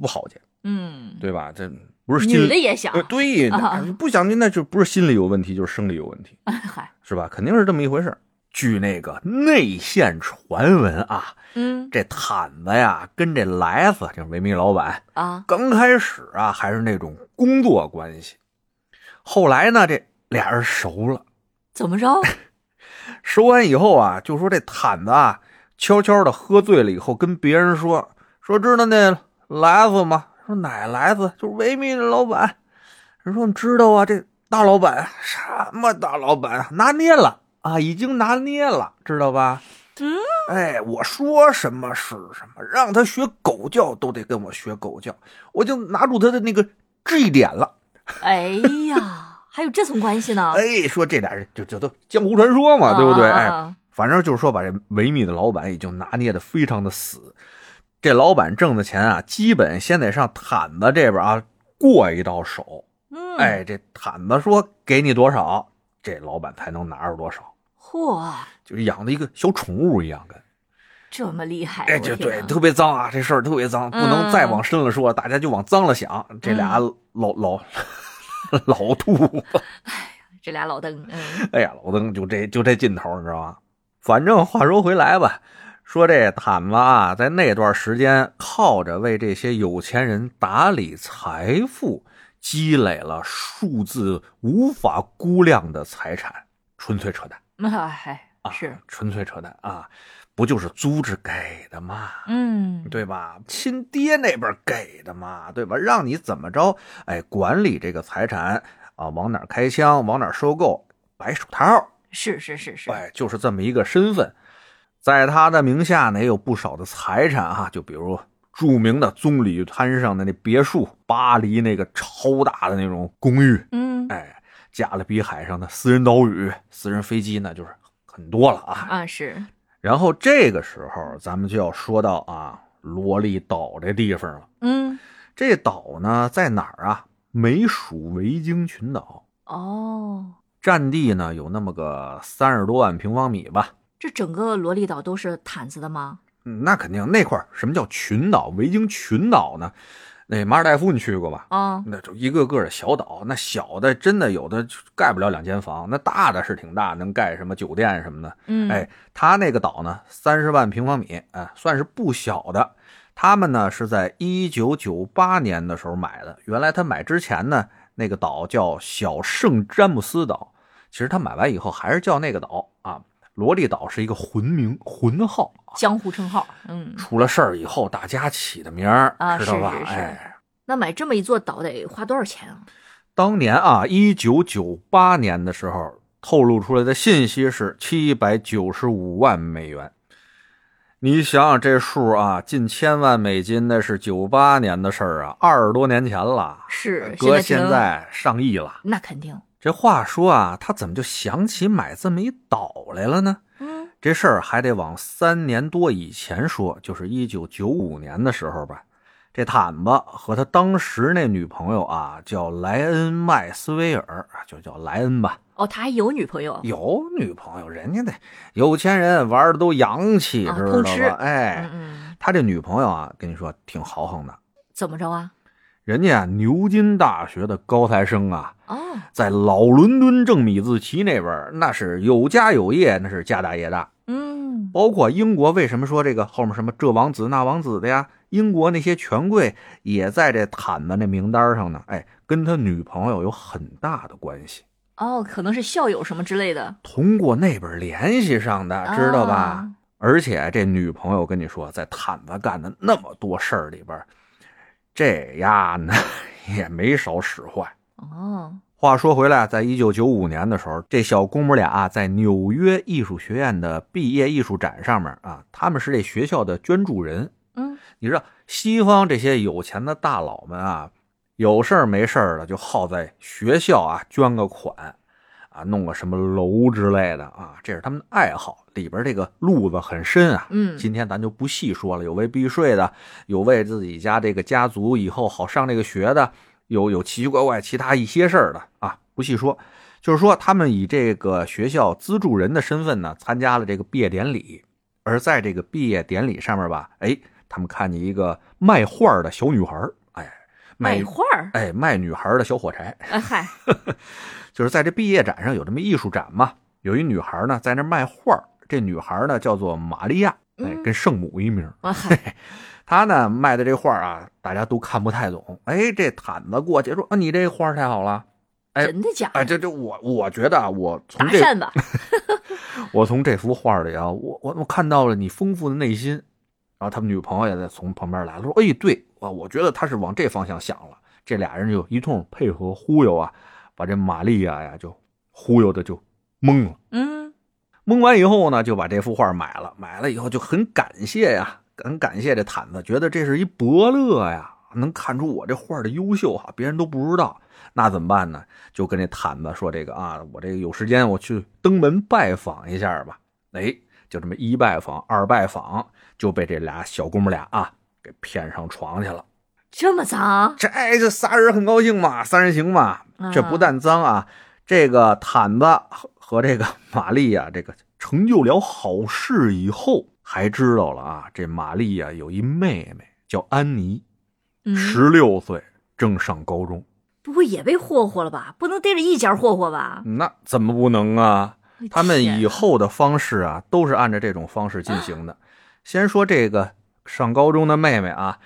[SPEAKER 2] 不好去，
[SPEAKER 1] 嗯，
[SPEAKER 2] 对吧？这不是心
[SPEAKER 1] 女的
[SPEAKER 2] 里、
[SPEAKER 1] 也想
[SPEAKER 2] 呃，对，
[SPEAKER 1] 啊
[SPEAKER 2] 那不想去，那就不是心理有问题，就是生理有问题，
[SPEAKER 1] 嗨，
[SPEAKER 2] 是吧？肯定是这么一回事儿。据那个内线传闻啊，
[SPEAKER 1] 嗯
[SPEAKER 2] 这毯子呀跟这莱斯，就是维密老板，
[SPEAKER 1] 啊，
[SPEAKER 2] 刚开始啊还是那种工作关系，后来呢，这俩人熟了。
[SPEAKER 1] 怎么着？
[SPEAKER 2] 收完以后啊，就说这毯子啊，悄悄的喝醉了以后，跟别人说说知道那莱子吗？说哪莱子？就是维密的老板。人说你知道啊，这大老板什么大老板啊，拿捏了啊，已经拿捏了，知道吧？
[SPEAKER 1] 嗯，
[SPEAKER 2] 哎，我说什么是什么，让他学狗叫都得跟我学狗叫，我就拿住他的那个质疑点了。
[SPEAKER 1] 哎呀，还有这层关系呢？
[SPEAKER 2] 哎，说这俩人就就都江湖传说嘛，对不对？
[SPEAKER 1] 啊
[SPEAKER 2] 哎，反正就是说，把这维密的老板已经拿捏的非常的死。这老板挣的钱啊，基本先得上毯子这边啊过一道手。
[SPEAKER 1] 嗯，，
[SPEAKER 2] 哎，这毯子说给你多少，这老板才能拿着多少，
[SPEAKER 1] 嚯，
[SPEAKER 2] 就是养的一个小宠物一样跟。
[SPEAKER 1] 这么厉害！
[SPEAKER 2] 哎，
[SPEAKER 1] 我
[SPEAKER 2] 这
[SPEAKER 1] 的
[SPEAKER 2] 对
[SPEAKER 1] 天哪嗯
[SPEAKER 2] 特别脏啊，这事儿特别脏，不能再往深了说，大家就往脏了想。这俩老老 老兔子
[SPEAKER 1] 这俩老登，嗯
[SPEAKER 2] 哎呀，老登就这就这劲头，你知道吗？反正话说回来吧，说这坦子啊，在那段时间靠着为这些有钱人打理财富，积累了数字无法估量的财产，纯粹扯淡，
[SPEAKER 1] 那还
[SPEAKER 2] 啊！
[SPEAKER 1] 哎是，
[SPEAKER 2] 纯粹扯淡啊！不就是租置给的吗？
[SPEAKER 1] 嗯，
[SPEAKER 2] 对吧？亲爹那边给的嘛，对吧？让你怎么着，哎，管理这个财产啊，往哪儿开枪，往哪儿收购，白手套。
[SPEAKER 1] 是是是是，
[SPEAKER 2] 哎，就是这么一个身份，在他的名下呢也有不少的财产啊，就比如著名的棕榈滩上的那别墅，巴黎那个超大的那种公寓，
[SPEAKER 1] 嗯
[SPEAKER 2] 哎，加勒比海上的私人岛屿、私人飞机呢，就是很多了啊。
[SPEAKER 1] 啊是，
[SPEAKER 2] 然后这个时候，咱们就要说到啊，罗利岛这地方了。
[SPEAKER 1] 嗯
[SPEAKER 2] 这岛呢，在哪儿啊？美属维京群岛，
[SPEAKER 1] 哦，
[SPEAKER 2] 占地呢有那么个三十多万平方米吧。
[SPEAKER 1] 这整个罗利岛都是毯子的吗？
[SPEAKER 2] 嗯那肯定，那块儿什么叫群岛？维京群岛呢？那马尔代夫你去过吧？
[SPEAKER 1] 啊，
[SPEAKER 2] 那就一个个的小岛，那小的真的有的就盖不了两间房，那大的是挺大，能盖什么酒店什么的。
[SPEAKER 1] 嗯，
[SPEAKER 2] 哎，他那个岛呢，三十万平方米，啊，算是不小的。他们呢是在一九九八年的时候买的，原来他买之前呢，那个岛叫小圣詹姆斯岛，其实他买完以后还是叫那个岛啊。罗利岛是一个魂名魂号，
[SPEAKER 1] 江湖称号， 嗯，
[SPEAKER 2] 出了事儿以后，大家起的名儿，
[SPEAKER 1] 啊
[SPEAKER 2] 知道吧？
[SPEAKER 1] 是是是
[SPEAKER 2] 哎，呃
[SPEAKER 1] 那买这么一座岛得花多少钱啊？
[SPEAKER 2] 当年啊，一九九八年的时候，透露出来的信息是七百九十五万美元。你想想这数啊，近千万美金，那是九八年的事儿啊，二十多年前了，
[SPEAKER 1] 是，
[SPEAKER 2] 搁
[SPEAKER 1] 现
[SPEAKER 2] 现
[SPEAKER 1] 听
[SPEAKER 2] 在上亿了。
[SPEAKER 1] 那肯定，
[SPEAKER 2] 这话说啊，他怎么就想起买这么一岛来了呢？
[SPEAKER 1] 嗯
[SPEAKER 2] 这事儿还得往三年多以前说，就是一九九五年的时候吧。这坦巴和他当时那女朋友啊，叫莱恩麦斯威尔，就叫莱恩吧，
[SPEAKER 1] 哦，他还有女朋友，
[SPEAKER 2] 有女朋友，人家得有钱人玩的都洋气，
[SPEAKER 1] 啊
[SPEAKER 2] 知
[SPEAKER 1] 通
[SPEAKER 2] 道
[SPEAKER 1] 吃
[SPEAKER 2] 吧？哎
[SPEAKER 1] 嗯，嗯，
[SPEAKER 2] 他这女朋友啊，跟你说挺豪横的，
[SPEAKER 1] 怎么着啊？
[SPEAKER 2] 人家啊牛津大学的高材生啊，
[SPEAKER 1] 哦，
[SPEAKER 2] 在老伦敦正米字旗那边儿那是有家有业，那是家大业大。
[SPEAKER 1] 嗯
[SPEAKER 2] 包括英国为什么说这个后面什么这王子那王子的呀？英国那些权贵也在这毯子那名单上呢。哎，跟他女朋友有很大的关系，
[SPEAKER 1] 哦，可能是校友什么之类的，
[SPEAKER 2] 通过那边联系上的，知道吧？
[SPEAKER 1] 啊
[SPEAKER 2] 而且这女朋友跟你说，在毯子干的那么多事儿里边，这丫呢 也没少使坏。
[SPEAKER 1] 哦，
[SPEAKER 2] 话说回来，在一九九五年的时候，这小姑母俩啊，在纽约艺术学院的毕业艺术展上面啊，他们是这学校的捐助人。
[SPEAKER 1] 嗯
[SPEAKER 2] 你知道西方这些有钱的大佬们啊，有事儿没事儿的就好在学校啊捐个款，啊弄个什么楼之类的啊，这是他们的爱好。里边这个路子很深啊，
[SPEAKER 1] 嗯
[SPEAKER 2] 今天咱就不细说了。有为避税的，有为自己家这个家族以后好上这个学的，有有奇奇怪怪其他一些事儿的啊，不细说。就是说，他们以这个学校资助人的身份呢，参加了这个毕业典礼。而在这个毕业典礼上面吧，哎，他们看见一个卖画儿的小女孩儿，哎，卖
[SPEAKER 1] 买画 儿，
[SPEAKER 2] 哎卖女孩儿的小火柴，
[SPEAKER 1] 哎嗨，
[SPEAKER 2] 就是在这毕业展上有这么艺术展嘛，有一女孩呢在那卖画儿，这女孩呢叫做玛利亚，哎，
[SPEAKER 1] 嗯
[SPEAKER 2] 跟圣母一名儿。
[SPEAKER 1] 啊嗨，
[SPEAKER 2] 她呢卖的这画儿啊，大家都看不太懂。哎，这毯子过去说啊，你这画儿太好了。哎
[SPEAKER 1] 真的假
[SPEAKER 2] 哎，
[SPEAKER 1] 的？
[SPEAKER 2] 这这我我觉得啊，我从
[SPEAKER 1] 搭
[SPEAKER 2] 这
[SPEAKER 1] 讪 吧，
[SPEAKER 2] 我从这幅画里啊，我我我看到了你丰富的内心。然后他们女朋友也在从旁边来了，说：“哎，对啊，我觉得他是往这方向想了。”这俩人就一通配合忽悠啊，把这玛利亚呀就忽悠的就懵了。
[SPEAKER 1] 嗯
[SPEAKER 2] 蒙完以后呢，就把这幅画买了。买了以后就很感谢呀，很感谢这毯子，觉得这是一伯乐呀，能看出我这画的优秀哈，别人都不知道。那怎么办呢？就跟这毯子说这个啊，我这个有时间我去登门拜访一下吧。哎，就这么一拜访二拜访，就被这俩小姑母俩啊给骗上床去了。
[SPEAKER 1] 这么脏，
[SPEAKER 2] 这这仨人很高兴嘛，三人行嘛。这不但脏啊，这个毯子和和这个玛丽亚这个成就了好事以后，还知道了啊，这玛丽亚有一妹妹叫安妮，
[SPEAKER 1] 嗯
[SPEAKER 2] 十六岁，正上高中。
[SPEAKER 1] 不会也被霍霍了吧？不能逮着一家霍霍吧？
[SPEAKER 2] 那怎么不能啊？他们以
[SPEAKER 1] 后
[SPEAKER 2] 后的方式啊，都是按照这种方式进行的。先说这个上高中的妹妹啊，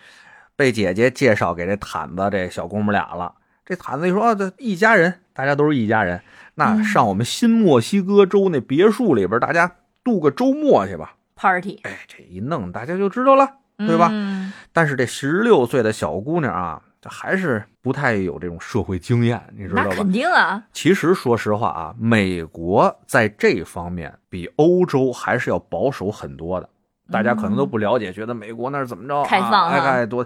[SPEAKER 2] 被姐姐介绍给这毯子这小姑母俩了。这毯子一说啊，这一家人，大家都是一家人，那
[SPEAKER 1] 嗯
[SPEAKER 2] 上我们新墨西哥州那别墅里边，大家度个周末去吧。
[SPEAKER 1] party
[SPEAKER 2] 哎，这一弄大家就知道了。对吧
[SPEAKER 1] 嗯
[SPEAKER 2] 但是这十六岁的小姑娘啊，这还是不太有这种社会经验，你知道
[SPEAKER 1] 那
[SPEAKER 2] 吧？
[SPEAKER 1] 肯定啊，
[SPEAKER 2] 其实说实话啊，美国在这方面比欧洲还是要保守很多的。大家可能都不了解，觉得美国那儿怎么着、啊、
[SPEAKER 1] 嗯开放啊
[SPEAKER 2] 哎哎多，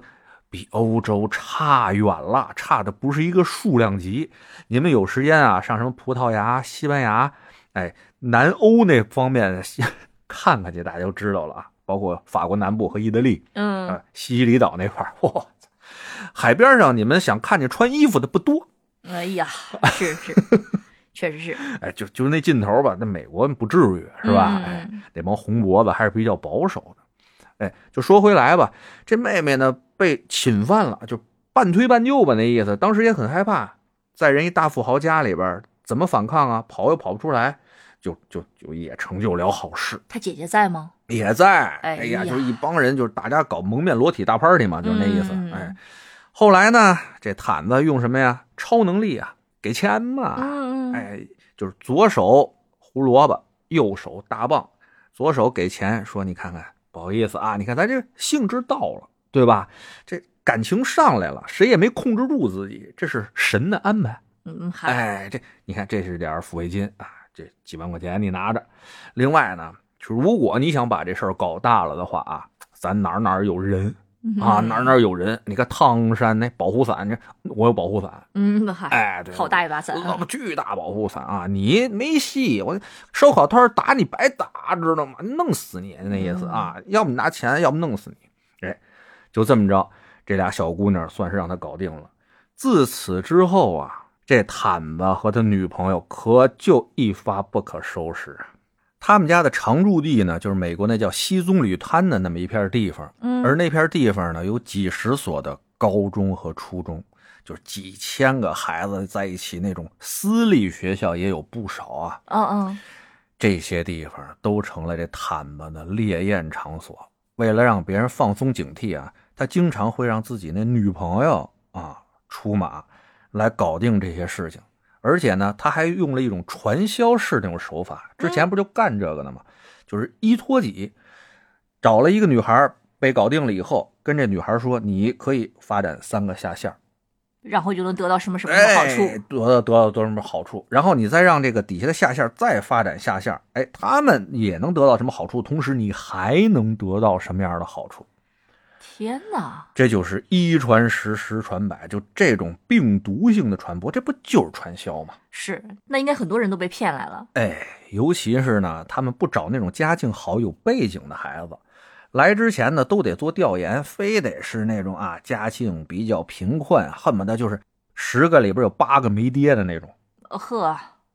[SPEAKER 2] 比欧洲差远了，差的不是一个数量级。你们有时间啊，上什么葡萄牙、西班牙，哎，南欧那方面 看看去，大家就知道了啊。包括法国南部和意大利，
[SPEAKER 1] 嗯
[SPEAKER 2] 啊，西西里岛那块儿，哇，海边上你们想看见穿衣服的不多，
[SPEAKER 1] 哎 呀，是是，确实是，
[SPEAKER 2] 哎，就就是那劲头吧，那美国不至于是吧？
[SPEAKER 1] 嗯
[SPEAKER 2] 哎，那帮红脖子还是比较保守的。哎，就说回来吧，这妹妹呢被侵犯了，就半推半就吧，那意思。当时也很害怕，在人一大富豪家里边，怎么反抗啊？跑又跑不出来，就就就也成就了好事。
[SPEAKER 1] 他姐姐在吗？
[SPEAKER 2] 也在，
[SPEAKER 1] 哎
[SPEAKER 2] 呀，
[SPEAKER 1] 呀
[SPEAKER 2] 就是一帮人，就是大家搞蒙面裸体大 party 嘛，就是那意思。
[SPEAKER 1] 嗯
[SPEAKER 2] 哎，后来呢，这毯子用什么呀？超能力啊，给钱嘛。
[SPEAKER 1] 嗯嗯，
[SPEAKER 2] 哎，就是左手胡萝卜，右手大棒，左手给钱，说你看看，不好意思啊，你看咱这兴致到了，对吧？这感情上来了，谁也没控制住自己，这是神的安排。
[SPEAKER 1] 嗯，还
[SPEAKER 2] 哎，这你看，这是点儿抚慰金啊，这几万块钱你拿着。另外呢，就如果你想把这事儿搞大了的话啊，咱哪儿哪儿有人
[SPEAKER 1] 嗯
[SPEAKER 2] 啊，哪儿哪，儿有人，你看汤山那保护伞，这我有保护伞，
[SPEAKER 1] 嗯，还
[SPEAKER 2] 哎，对，
[SPEAKER 1] 好大一把伞啊，
[SPEAKER 2] 那么巨大保护伞啊！你没戏，我烧烤摊儿打你白打，知道吗？弄死你那意思啊！
[SPEAKER 1] 嗯
[SPEAKER 2] 要么拿钱，要么弄死你。哎，就这么着，这俩小姑娘算是让他搞定了。自此之后啊，这毯子和他女朋友可就一发不可收拾。他们家的常住地呢，就是美国那叫西棕榈滩的那么一片地方。
[SPEAKER 1] 嗯，
[SPEAKER 2] 而那片地方呢，有几十所的高中和初中，就是几千个孩子在一起那种私立学校也有不少啊。
[SPEAKER 1] 嗯嗯，
[SPEAKER 2] 这些地方都成了这毯子的烈焰场所。为了让别人放松警惕啊，他经常会让自己那女朋友啊出马来搞定这些事情。而且呢，他还用了一种传销式那种手法。之前不就干这个呢吗？就是一托几，找了一个女孩被搞定了以后，跟这女孩说：“你可以发展三个下线儿。”
[SPEAKER 1] 然后就能得到什么什么什么好
[SPEAKER 2] 哎
[SPEAKER 1] 处，
[SPEAKER 2] 得到得到多少什么好处，然后你再让这个底下的下线再发展下线，哎，他们也能得到什么好处，同时你还能得到什么样的好处？
[SPEAKER 1] 天哪，
[SPEAKER 2] 这就是一传十，十传百，就这种病毒性的传播，这不就是传销吗？
[SPEAKER 1] 是，那应该很多人都被骗来了。
[SPEAKER 2] 哎，尤其是呢，他们不找那种家境好、有背景的孩子，来之前呢都得做调研，非得是那种啊家境比较贫困，恨不得就是十个里边有八个没爹的那种，
[SPEAKER 1] 呃呵，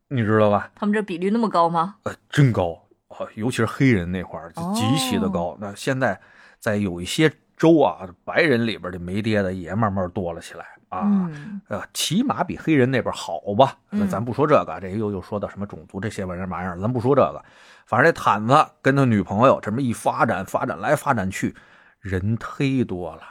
[SPEAKER 2] 你知道吧？
[SPEAKER 1] 他们这比率那么高吗？
[SPEAKER 2] 呃，真高啊，尤其是黑人那块儿就极其的高。那现在在有一些州啊，白人里边的没爹的也慢慢多了起来啊。
[SPEAKER 1] 嗯，
[SPEAKER 2] 呃，起码比黑人那边好吧？那
[SPEAKER 1] 嗯
[SPEAKER 2] 咱不说这个，这又又说到什么种族这些玩意儿玩意儿，咱不说这个。反正这毯子跟他女朋友这么一发展，发展来发展去，人忒多了。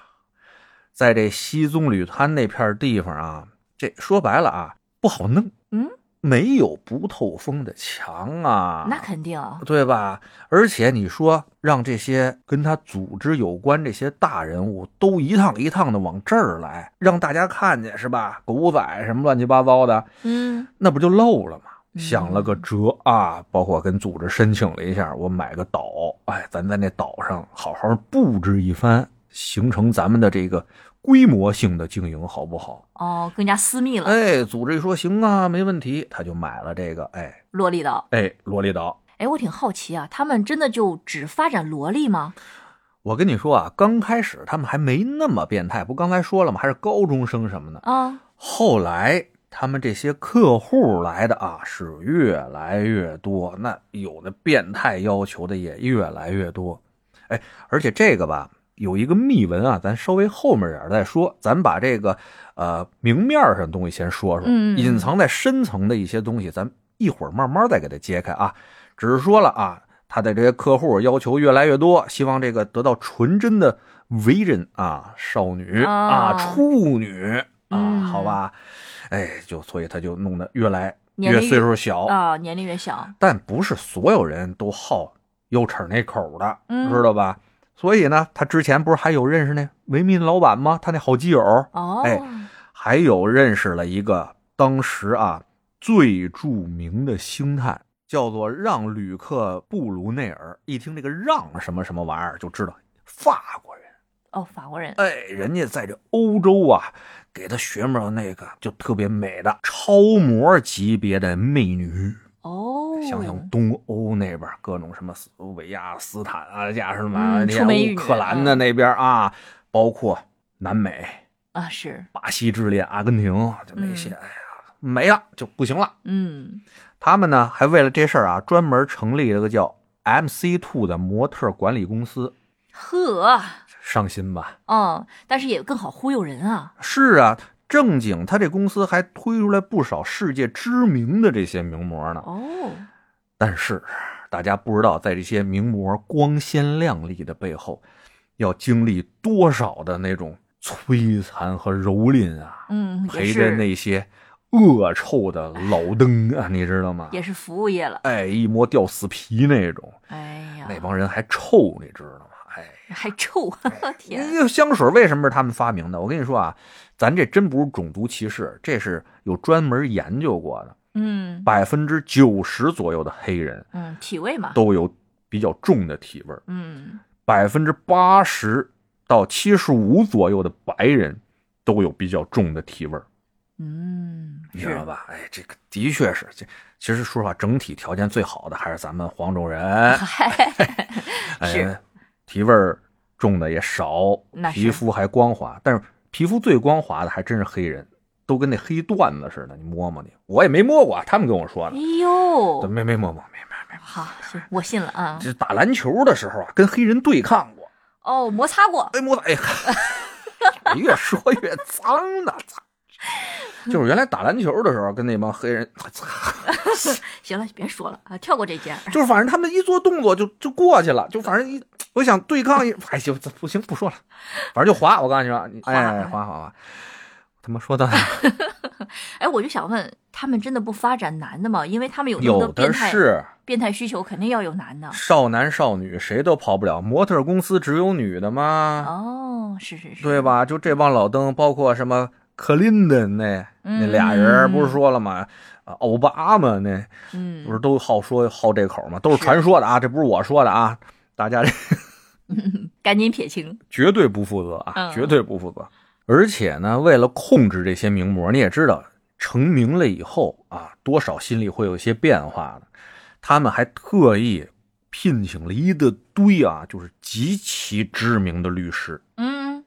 [SPEAKER 2] 在这西棕榈滩那片地方啊，这说白了啊，不好弄。
[SPEAKER 1] 嗯，
[SPEAKER 2] 没有不透风的墙啊，
[SPEAKER 1] 那肯定。
[SPEAKER 2] 对吧？而且你说让这些跟他组织有关这些大人物都一趟一趟的往这儿来，让大家看见是吧？狗仔什么乱七八糟的，
[SPEAKER 1] 嗯，
[SPEAKER 2] 那不就漏了吗？
[SPEAKER 1] 嗯
[SPEAKER 2] 想了个辙啊，包括跟组织申请了一下，我买个岛，哎，咱在那岛上好好布置一番，形成咱们的这个规模性的经营，好不好？
[SPEAKER 1] 哦，更加私密了，
[SPEAKER 2] 哎，组织一说行啊，没问题，他就买了这个，哎
[SPEAKER 1] 萝莉岛。
[SPEAKER 2] 哎，萝莉岛。
[SPEAKER 1] 哎，我挺好奇啊，他们真的就只发展萝莉吗？
[SPEAKER 2] 我跟你说啊，刚开始他们还没那么变态，不刚才说了吗？还是高中生什么的。
[SPEAKER 1] 啊，
[SPEAKER 2] 后来他们这些客户来的啊，是越来越多，那有的变态要求的也越来越多。哎，而且这个吧，有一个秘闻啊，咱稍微后面点儿再说，咱把这个呃明面上的东西先说说，
[SPEAKER 1] 嗯
[SPEAKER 2] 隐藏在深层的一些东西，咱一会儿慢慢再给它揭开啊。只是说了啊，他的这些客户要求越来越多，希望这个得到纯真的维人啊，少女
[SPEAKER 1] 啊
[SPEAKER 2] 啊，处女啊，
[SPEAKER 1] 嗯
[SPEAKER 2] 好吧，哎，就所以他就弄得越来
[SPEAKER 1] 年
[SPEAKER 2] 越
[SPEAKER 1] 龄
[SPEAKER 2] 岁数小，
[SPEAKER 1] 啊，年龄越小，
[SPEAKER 2] 但不是所有人都好腰齿那口的，
[SPEAKER 1] 嗯
[SPEAKER 2] 知道吧？所以呢，他之前不是还有认识那维密老板吗？他那好基友，
[SPEAKER 1] 哦，
[SPEAKER 2] 哎还有认识了一个当时啊最著名的星探，叫做让吕克布鲁内尔。一听这个让什么什么玩意儿，就知道法国人。
[SPEAKER 1] 哦，法国人，
[SPEAKER 2] 哎，人家在这欧洲啊，给他学摸那个就特别美的超模级别的媚女。
[SPEAKER 1] 哦，
[SPEAKER 2] 想想东欧那边各种什么斯洛维亚斯坦啊，加什么
[SPEAKER 1] 嗯
[SPEAKER 2] 连
[SPEAKER 1] 出美女
[SPEAKER 2] 乌克兰的那边啊，包括南美、
[SPEAKER 1] 啊，是，
[SPEAKER 2] 巴西之恋、阿根廷，就那些，哎呀，没了就不行了。
[SPEAKER 1] 嗯，
[SPEAKER 2] 他们呢，还为了这事儿啊，专门成立了个叫 MC Two 的模特管理公司，
[SPEAKER 1] 呵，
[SPEAKER 2] 伤心吧？
[SPEAKER 1] 嗯，但是也更好忽悠人啊，
[SPEAKER 2] 是啊，正经他这公司还推出来不少世界知名的这些名模呢。
[SPEAKER 1] 哦，
[SPEAKER 2] 但是大家不知道，在这些名模光鲜亮丽的背后，要经历多少的那种摧残和蹂躏啊！
[SPEAKER 1] 嗯，也
[SPEAKER 2] 陪着
[SPEAKER 1] 是，
[SPEAKER 2] 那些恶臭的老登啊，你知道吗？
[SPEAKER 1] 也是服务业了，
[SPEAKER 2] 哎，一摸掉死皮那种，
[SPEAKER 1] 哎呀，
[SPEAKER 2] 那帮人还臭，你知道吗？哎，
[SPEAKER 1] 还臭， 天，
[SPEAKER 2] 那香水为什么是他们发明的？我跟你说啊，咱这真不是种族歧视，这是有专门研究过的，
[SPEAKER 1] 嗯
[SPEAKER 2] 百分之九十左右的黑人
[SPEAKER 1] 嗯，体味嘛，
[SPEAKER 2] 都有比较重的体味儿。
[SPEAKER 1] 嗯，
[SPEAKER 2] 百分之八十到七十五左右的白人都有比较重的体味儿，
[SPEAKER 1] 嗯，
[SPEAKER 2] 你知
[SPEAKER 1] 是
[SPEAKER 2] 道？吧？哎，这个的确是，这其实说实话，整体条件最好的还是咱们黄种人，
[SPEAKER 1] 是
[SPEAKER 2] 哎，体味儿重的也少
[SPEAKER 1] 那，是
[SPEAKER 2] 皮肤还光滑，但是皮肤最光滑的还真是黑人，都跟那黑缎子似的，你摸摸你，我也没摸过啊，他们跟我说
[SPEAKER 1] 哎
[SPEAKER 2] 的，
[SPEAKER 1] 呦，哦
[SPEAKER 2] 没没摸摸，没没没，
[SPEAKER 1] 好，行，我信了啊，
[SPEAKER 2] 这打篮球的时候啊，跟黑人对抗过。
[SPEAKER 1] 哦，摩擦过，
[SPEAKER 2] 哎，莫仔，哎呀 越说越脏呢， 操！就是原来打篮球的时候，跟那帮黑人，操
[SPEAKER 1] 行了，别说了啊，跳过这件儿，
[SPEAKER 2] 就是反正他们一做动作就就过去了，就反正一我想对抗一， 哎行，不行不说了，反正就滑。我告诉你说，你
[SPEAKER 1] 滑
[SPEAKER 2] 哎，滑滑滑，他妈说到哪儿
[SPEAKER 1] 哎，我就想问，他们真的不发展男的吗？因为他们有那么
[SPEAKER 2] 有
[SPEAKER 1] 多变
[SPEAKER 2] 的
[SPEAKER 1] 态啊
[SPEAKER 2] 是
[SPEAKER 1] 变态需求，肯定要有男的。
[SPEAKER 2] 少男少女，谁都跑不了。模特公司只有女的吗？
[SPEAKER 1] 哦，是是是，
[SPEAKER 2] 对？吧？就这帮老登，包括什么克林顿那那俩人，
[SPEAKER 1] 嗯
[SPEAKER 2] 不是说了吗？啊奥巴马那。
[SPEAKER 1] 嗯，
[SPEAKER 2] 不是都好说好这口吗？都是传说的啊，这不是我说的啊，大家这
[SPEAKER 1] 赶紧撇清。
[SPEAKER 2] 绝对不负责啊，
[SPEAKER 1] 嗯
[SPEAKER 2] 绝对不负责。而且呢，为了控制这些名模，你也知道，成名了以后啊，多少心里会有一些变化的。他们还特意聘请了一大堆啊，就是极其知名的律师，
[SPEAKER 1] 嗯，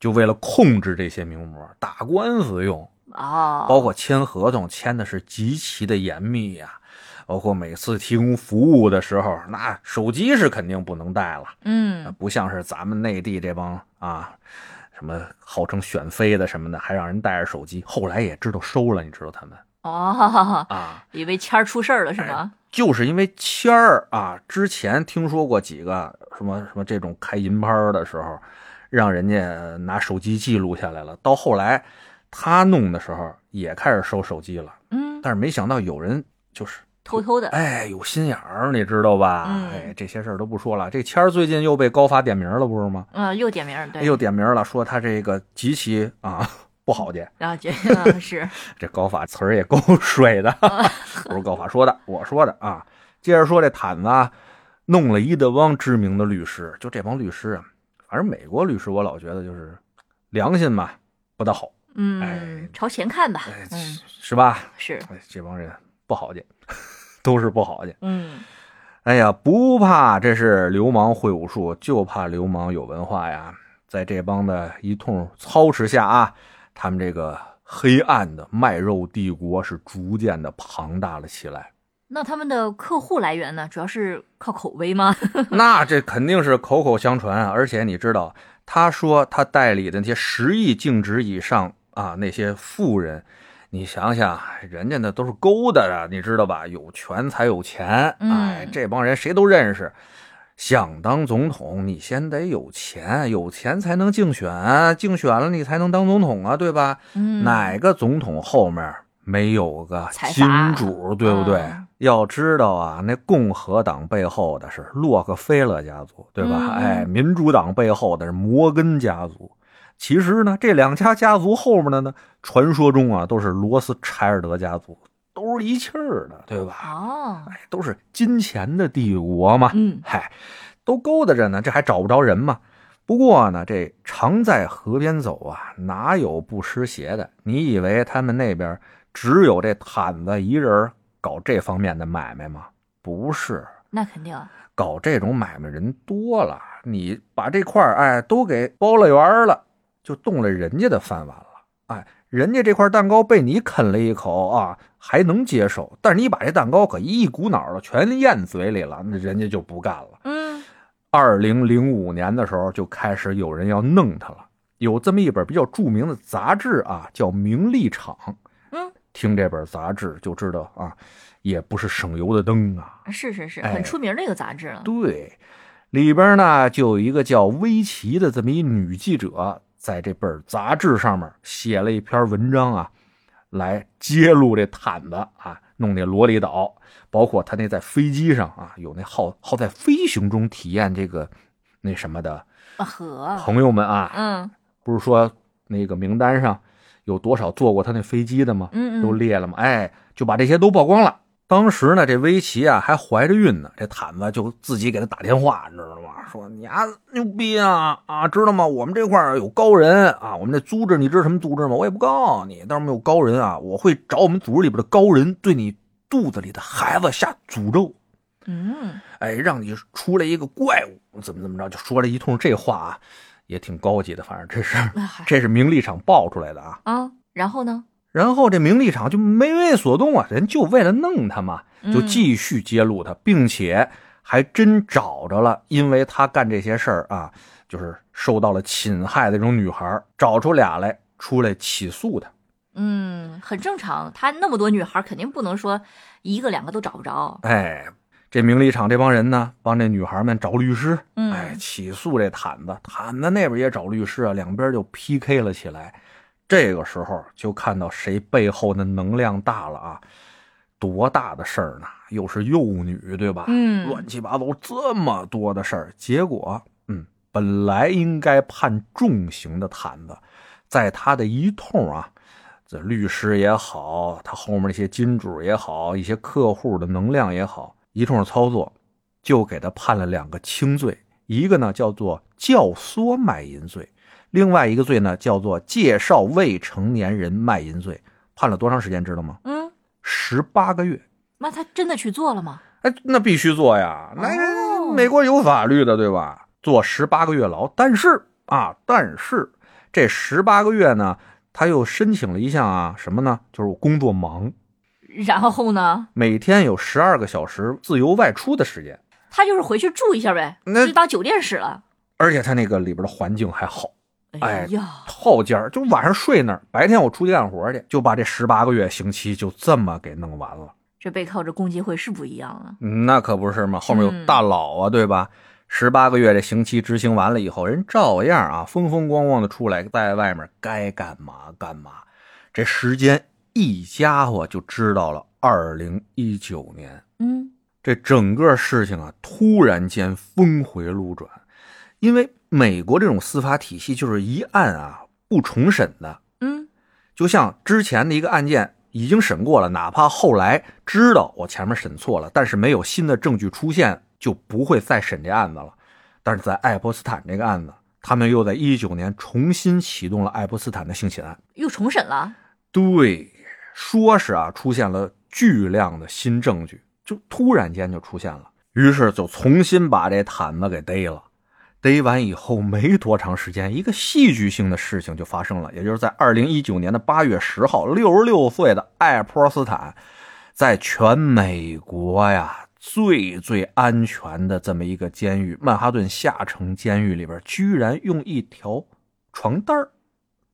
[SPEAKER 2] 就为了控制这些名模，打官司用。
[SPEAKER 1] 哦，
[SPEAKER 2] 包括签合同签的是极其的严密呀、包括每次提供服务的时候，那手机是肯定不能带了。啊
[SPEAKER 1] 嗯，
[SPEAKER 2] 不像是咱们内地这帮啊，什么号称选妃的什么的，还让人带着手机。后来也知道收了，你知道他们
[SPEAKER 1] 哦，
[SPEAKER 2] 啊，
[SPEAKER 1] 以为谦儿出事儿了是吗？
[SPEAKER 2] 就是因为谦儿啊，之前听说过几个什么什么这种开银拍儿的时候，让人家拿手机记录下来了。到后来他弄的时候也开始收手机了，
[SPEAKER 1] 嗯，
[SPEAKER 2] 但是没想到有人就是。
[SPEAKER 1] 偷偷的。
[SPEAKER 2] 哎，有心眼儿，你知道吧？
[SPEAKER 1] 嗯
[SPEAKER 2] 哎，这些事儿都不说了。这谦儿最近又被高法点名了，不是吗？
[SPEAKER 1] 嗯，又点名儿，对，
[SPEAKER 2] 又点名了，说他这个极其啊不好去。
[SPEAKER 1] 然 后觉得、嗯、是，
[SPEAKER 2] 这高法词儿也够 水的，不是高法说的，我说的啊。接着说这毯子啊，弄了一大帮知名的律师，就这帮律师啊，反正美国律师我老觉得就是良心嘛不大好，哎
[SPEAKER 1] 嗯，朝前看吧
[SPEAKER 2] 哎，
[SPEAKER 1] 嗯，
[SPEAKER 2] 是吧？
[SPEAKER 1] 是，
[SPEAKER 2] 哎这帮人不好去， 都是不好去。
[SPEAKER 1] 嗯，
[SPEAKER 2] 哎呀，不怕这是流氓会武术，就怕流氓有文化呀！在这帮的一通操持下啊，他们这个黑暗的卖肉帝国是逐渐的庞大了起来。
[SPEAKER 1] 那他们的客户来源呢，主要是靠口碑吗？
[SPEAKER 2] 那这肯定是口口相传啊！而且你知道，他说他代理的那些十亿净值以上啊那些富人，你想想，人家那都是勾搭的，你知道吧？有权才有钱，
[SPEAKER 1] 嗯
[SPEAKER 2] 哎，这帮人谁都认识。想当总统，你先得有钱，有钱才能竞选，竞选了你才能当总统啊，对吧？
[SPEAKER 1] 嗯，
[SPEAKER 2] 哪个总统后面没有个
[SPEAKER 1] 财
[SPEAKER 2] 金
[SPEAKER 1] 阀啊
[SPEAKER 2] 主，对不对？
[SPEAKER 1] 嗯
[SPEAKER 2] 要知道啊，那共和党背后的是洛克菲勒家族，对吧？
[SPEAKER 1] 嗯嗯
[SPEAKER 2] 哎，民主党背后的是摩根家族。其实呢，这两家家族后面的呢，传说中啊都是罗斯柴尔德家族，都是一气儿的，对吧？
[SPEAKER 1] 哦，
[SPEAKER 2] 哎，都是金钱的帝国嘛。
[SPEAKER 1] 嗯
[SPEAKER 2] 嗨，都勾搭着呢，这还找不着人吗？不过呢，这常在河边走啊，哪有不湿鞋的？你以为他们那边只有这毯子一人搞这方面的买卖吗？不是，
[SPEAKER 1] 那肯定，
[SPEAKER 2] 搞这种买卖人多了，你把这块儿哎都给包了圆儿了，就动了人家的饭碗了。哎，人家这块蛋糕被你啃了一口啊，还能接受，但是你把这蛋糕可一股脑的全咽嘴里了，那人家就不干了。
[SPEAKER 1] 嗯，
[SPEAKER 2] 二零零五年的时候就开始有人要弄他了。有这么一本比较著名的杂志啊，叫《名利场》。
[SPEAKER 1] 嗯，
[SPEAKER 2] 听这本杂志就知道啊，也不是省油的灯啊。
[SPEAKER 1] 是是是，
[SPEAKER 2] 哎
[SPEAKER 1] 很出名的一个杂志了，
[SPEAKER 2] 对，里边呢就有一个叫薇琪的这么一女记者，在这本杂志上面写了一篇文章啊，来揭露这毯子啊，弄这罗里岛，包括他那在飞机上啊，有那好好在飞行中体验这个那什么的
[SPEAKER 1] 啊和，
[SPEAKER 2] 朋友们啊，
[SPEAKER 1] 嗯
[SPEAKER 2] 不是说那个名单上有多少坐过他那飞机的吗？
[SPEAKER 1] 嗯
[SPEAKER 2] 都
[SPEAKER 1] 嗯，
[SPEAKER 2] 裂了嘛，哎，就把这些都曝光了。当时呢，这薇琪啊还怀着孕呢，这毯子就自己给他打电话，你知道吗？说你啊牛逼啊啊，知道吗？我们这块儿有高人啊，我们这组织你知道什么组织吗？我也不告诉你，但是我们有高人啊，我会找我们组织里边的高人对你肚子里的孩子下诅咒。
[SPEAKER 1] 嗯，
[SPEAKER 2] 哎，让你出来一个怪物，怎么怎么着，就说了一通这话啊，也挺高级的。反正这是
[SPEAKER 1] 那还
[SPEAKER 2] 这是名利场爆出来的啊。
[SPEAKER 1] 啊，嗯然后呢，
[SPEAKER 2] 然后这名利场就没为所动啊，人就为了弄他嘛，就
[SPEAKER 1] 嗯
[SPEAKER 2] 继续揭露他，并且还真找着了，因为他干这些事儿啊，就是受到了侵害的这种女孩儿，找出俩来出来起诉他。
[SPEAKER 1] 嗯，很正常，他那么多女孩儿，肯定不能说一个两个都找不着，
[SPEAKER 2] 哎，这名利场这帮人呢，帮这女孩们找律师，
[SPEAKER 1] 嗯
[SPEAKER 2] 哎，起诉这毯子，毯子那边也找律师啊，两边就 PK 了起来。这个时候就看到谁背后的能量大了啊！多大的事儿呢？又是幼女，对吧？
[SPEAKER 1] 嗯
[SPEAKER 2] 乱七八糟这么多的事儿，结果，嗯，本来应该判重刑的毯子，在他的一通啊，这律师也好，他后面那些金主也好，一些客户的能量也好，一通操作，就给他判了两个轻罪，一个呢叫做教唆卖淫罪，另外一个罪呢叫做介绍未成年人卖淫罪，判了多长时间知道吗？
[SPEAKER 1] 嗯，
[SPEAKER 2] 十八个月。
[SPEAKER 1] 那他真的去做了吗？
[SPEAKER 2] 哎，那必须做呀，那
[SPEAKER 1] 哦
[SPEAKER 2] 美国有法律的，对吧？坐十八个月牢，但是啊，但是这十八个月呢，他又申请了一项啊，什么呢？就是我工作忙，
[SPEAKER 1] 然后呢，
[SPEAKER 2] 每天有十二个小时自由外出的时间，
[SPEAKER 1] 他就是回去住一下呗，
[SPEAKER 2] 那
[SPEAKER 1] 就当酒店使了。
[SPEAKER 2] 而且他那个里边的环境还好，哎
[SPEAKER 1] 哎呀，
[SPEAKER 2] 套间儿，就晚上睡那儿，白天我出去干活去，就把这十八个月刑期就这么给弄完了。
[SPEAKER 1] 这背靠着共济会是不一样啊。
[SPEAKER 2] 嗯那可不是嘛，后面有
[SPEAKER 1] 嗯
[SPEAKER 2] 大佬啊，对吧？十八个月这刑期执行完了以后，人照样啊，风风光光的出来，在外面该干嘛干嘛。这时间一家伙就知道了，二零一九年
[SPEAKER 1] 嗯，
[SPEAKER 2] 这整个事情啊，突然间峰回路转，因为美国这种司法体系就是一案啊不重审的，
[SPEAKER 1] 嗯，
[SPEAKER 2] 就像之前的一个案件已经审过了，哪怕后来知道我前面审错了，但是没有新的证据出现，就不会再审这案子了。但是在爱泼斯坦这个案子，他们又在一九年重新启动了爱泼斯坦的性侵案。
[SPEAKER 1] 又重审了。
[SPEAKER 2] 对，说是啊，出现了巨量的新证据，就突然间就出现了，于是就重新把这毯子给逮了。逮完以后没多长时间，一个戏剧性的事情就发生了，也就是在二零一九年的八月十号，六十六岁的爱泼斯坦，在全美国呀最最安全的这么一个监狱——曼哈顿下城监狱里边，居然用一条床单儿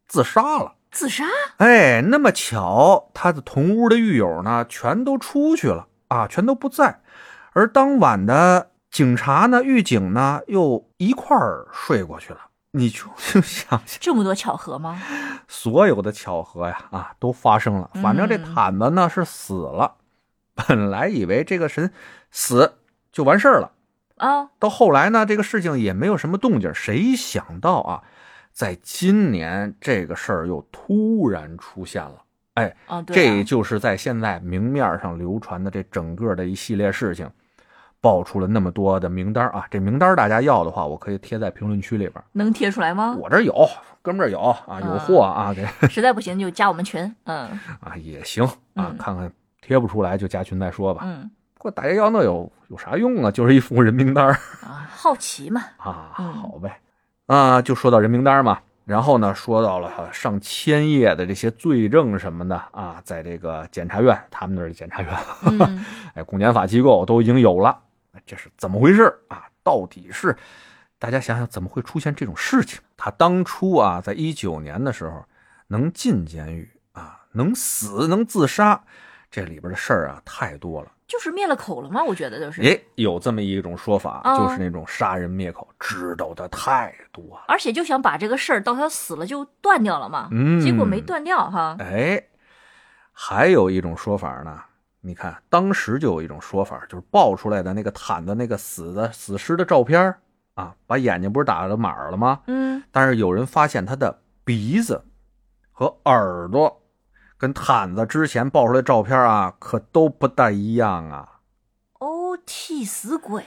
[SPEAKER 2] 自杀了。
[SPEAKER 1] 自杀？
[SPEAKER 2] 哎，那么巧，他的同屋的狱友呢，全都出去了啊，全都不在。而当晚的警察呢，狱警呢，又一块儿睡过去了。你就就想想，
[SPEAKER 1] 这么多巧合吗？
[SPEAKER 2] 所有的巧合呀，啊，都发生了。反正这
[SPEAKER 1] 嗯
[SPEAKER 2] 毯子呢是死了，本来以为这个神死就完事儿了。
[SPEAKER 1] 啊，
[SPEAKER 2] 到后来呢，这个事情也没有什么动静。谁想到啊，在今年这个事儿又突然出现了。哎，
[SPEAKER 1] 啊，对啊
[SPEAKER 2] 这就是在现在明面上流传的这整个的一系列事情，爆出了那么多的名单啊！这名单大家要的话，我可以贴在评论区里边，
[SPEAKER 1] 能贴出来吗？
[SPEAKER 2] 我这有，哥们儿有啊，
[SPEAKER 1] 嗯
[SPEAKER 2] 有货啊，给
[SPEAKER 1] 实在不行就加我们群。嗯
[SPEAKER 2] 啊也行啊
[SPEAKER 1] 嗯，
[SPEAKER 2] 看看贴不出来就加群再说吧。
[SPEAKER 1] 嗯
[SPEAKER 2] 不过大家要那有有啥用啊？就是一副人名单儿
[SPEAKER 1] 啊，好奇嘛。
[SPEAKER 2] 啊，
[SPEAKER 1] 嗯
[SPEAKER 2] 好呗，啊，就说到人名单嘛。然后呢，说到了上千页的这些罪证什么的啊，在这个检察院，他们那儿的检察院，
[SPEAKER 1] 嗯
[SPEAKER 2] 哎，公检法机构都已经有了，哎这是怎么回事啊？到底是大家想想怎么会出现这种事情？他当初啊，在一九年的时候能进监狱啊，能死能自杀，这里边的事儿啊太多了。
[SPEAKER 1] 就是灭了口了吗？我觉得就是。
[SPEAKER 2] 也有这么一种说法，
[SPEAKER 1] 哦
[SPEAKER 2] 就是那种杀人灭口，知道的太多了。
[SPEAKER 1] 而且就想把这个事儿到他死了就断掉了嘛，
[SPEAKER 2] 嗯
[SPEAKER 1] 结果没断掉 哈。
[SPEAKER 2] 哎，还有一种说法呢，你看当时就有一种说法，就是爆出来的那个毯子那个死的死尸的照片儿啊，把眼睛不是打了码儿了吗？
[SPEAKER 1] 嗯，
[SPEAKER 2] 但是有人发现他的鼻子和耳朵跟毯子之前爆出来的照片啊，可都不大一样啊，
[SPEAKER 1] 哦，替死鬼，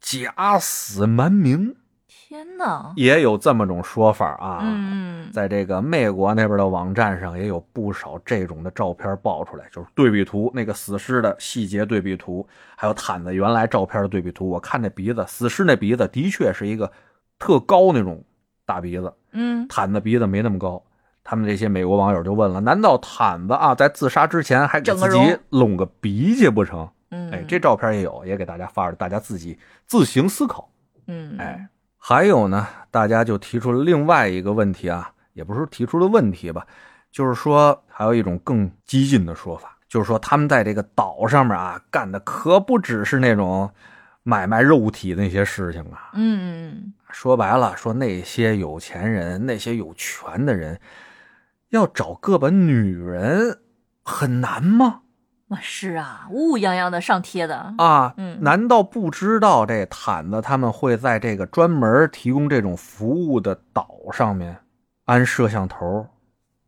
[SPEAKER 2] 假死蛮名，
[SPEAKER 1] 天哪！
[SPEAKER 2] 也有这么种说法啊。
[SPEAKER 1] 嗯，
[SPEAKER 2] 在这个美国那边的网站上也有不少这种的照片爆出来，就是对比图，那个死尸的细节对比图，还有毯子原来照片的对比图。我看那鼻子，死尸那鼻子的确是一个特高那种大鼻子，
[SPEAKER 1] 嗯，
[SPEAKER 2] 毯子鼻子没那么高。他们这些美国网友就问了：难道毯子啊在自杀之前还给
[SPEAKER 1] 整个
[SPEAKER 2] 自
[SPEAKER 1] 容
[SPEAKER 2] 己拢个鼻去不成？
[SPEAKER 1] 嗯，
[SPEAKER 2] 哎，这照片也有，也给大家发了，大家自己自行思考。
[SPEAKER 1] 嗯，
[SPEAKER 2] 哎，还有呢，大家就提出了另外一个问题啊，也不是提出了问题吧，就是说还有一种更激进的说法，就是说他们在这个岛上面啊干的可不只是那种买卖肉体那些事情啊，
[SPEAKER 1] 嗯，
[SPEAKER 2] 说白了，说那些有钱人、那些有权的人，要找个把女人很难吗？
[SPEAKER 1] 哇，是啊，乌泱泱的上贴的，
[SPEAKER 2] 啊，
[SPEAKER 1] 嗯
[SPEAKER 2] 难道不知道这毯子他们会在这个专门提供这种服务的岛上面安摄像头、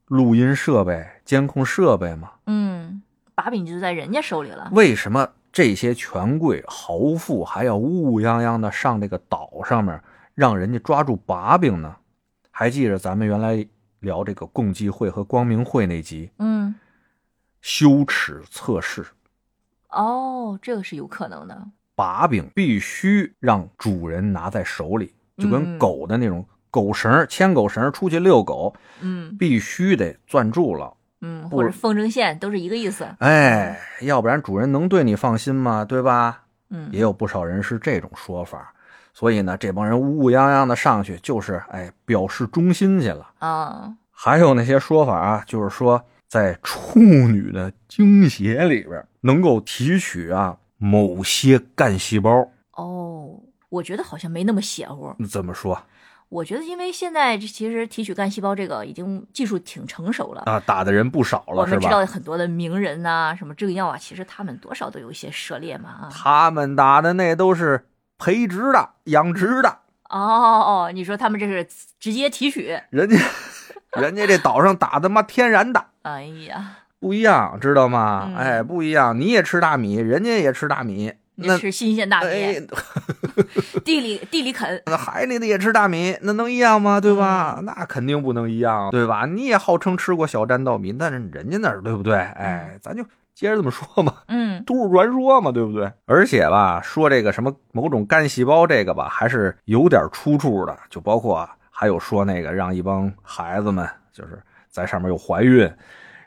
[SPEAKER 2] 录音设备、监控设备吗？
[SPEAKER 1] 嗯，把柄就在人家手里了，
[SPEAKER 2] 为什么这些权贵豪富还要乌泱泱的上这个岛上面，让人家抓住把柄呢？还记着咱们原来聊这个共济会和光明会那集，
[SPEAKER 1] 嗯，
[SPEAKER 2] 羞耻测试，
[SPEAKER 1] 哦，这个是有可能的，
[SPEAKER 2] 把柄必须让主人拿在手里，就
[SPEAKER 1] 嗯
[SPEAKER 2] 跟狗的那种狗绳儿牵狗绳儿出去遛狗，
[SPEAKER 1] 嗯
[SPEAKER 2] 必须得攥住了。
[SPEAKER 1] 嗯，
[SPEAKER 2] 不
[SPEAKER 1] 或者风筝线都是一个意思，
[SPEAKER 2] 哎，要不然主人能对你放心吗？对吧？
[SPEAKER 1] 嗯
[SPEAKER 2] 也有不少人是这种说法，所以呢，这帮人乌乌泱泱的上去，就是哎表示忠心去了。
[SPEAKER 1] 啊，
[SPEAKER 2] 还有那些说法啊，就是说在处女的精血里边能够提取啊某些干细胞，
[SPEAKER 1] 哦，我觉得好像没那么邪乎，
[SPEAKER 2] 怎么说
[SPEAKER 1] 我觉得因为现在这其实提取干细胞这个已经技术挺成熟了。
[SPEAKER 2] 啊？打的人不少
[SPEAKER 1] 我
[SPEAKER 2] 了是
[SPEAKER 1] 们知
[SPEAKER 2] 吧？
[SPEAKER 1] 道很多的名人呐、什么这个药啊，其实他们多少都有一些涉猎嘛啊。
[SPEAKER 2] 他们打的那都是培植的、养殖的，
[SPEAKER 1] 哦哦，哦你说他们这是直接提取？
[SPEAKER 2] 人家人家这岛上打的妈天然的。
[SPEAKER 1] 哎呀，
[SPEAKER 2] 不一样，知道吗？
[SPEAKER 1] 嗯
[SPEAKER 2] 哎，不一样，你也吃大米，人家也吃大米，
[SPEAKER 1] 你
[SPEAKER 2] 那
[SPEAKER 1] 吃新鲜大米，
[SPEAKER 2] 哎，
[SPEAKER 1] 地里地里啃。
[SPEAKER 2] 那海里的也吃大米，那能一样吗？对吧？
[SPEAKER 1] 嗯
[SPEAKER 2] 那肯定不能一样，对吧？你也号称吃过小粘豆米，但是人家那儿对不对？哎，咱就接着这么说嘛，
[SPEAKER 1] 嗯
[SPEAKER 2] 都市传说嘛，对不对？而且吧，说这个什么某种干细胞这个吧，还是有点出处的，就包括、啊、还有说那个让一帮孩子们就是在上面有怀孕，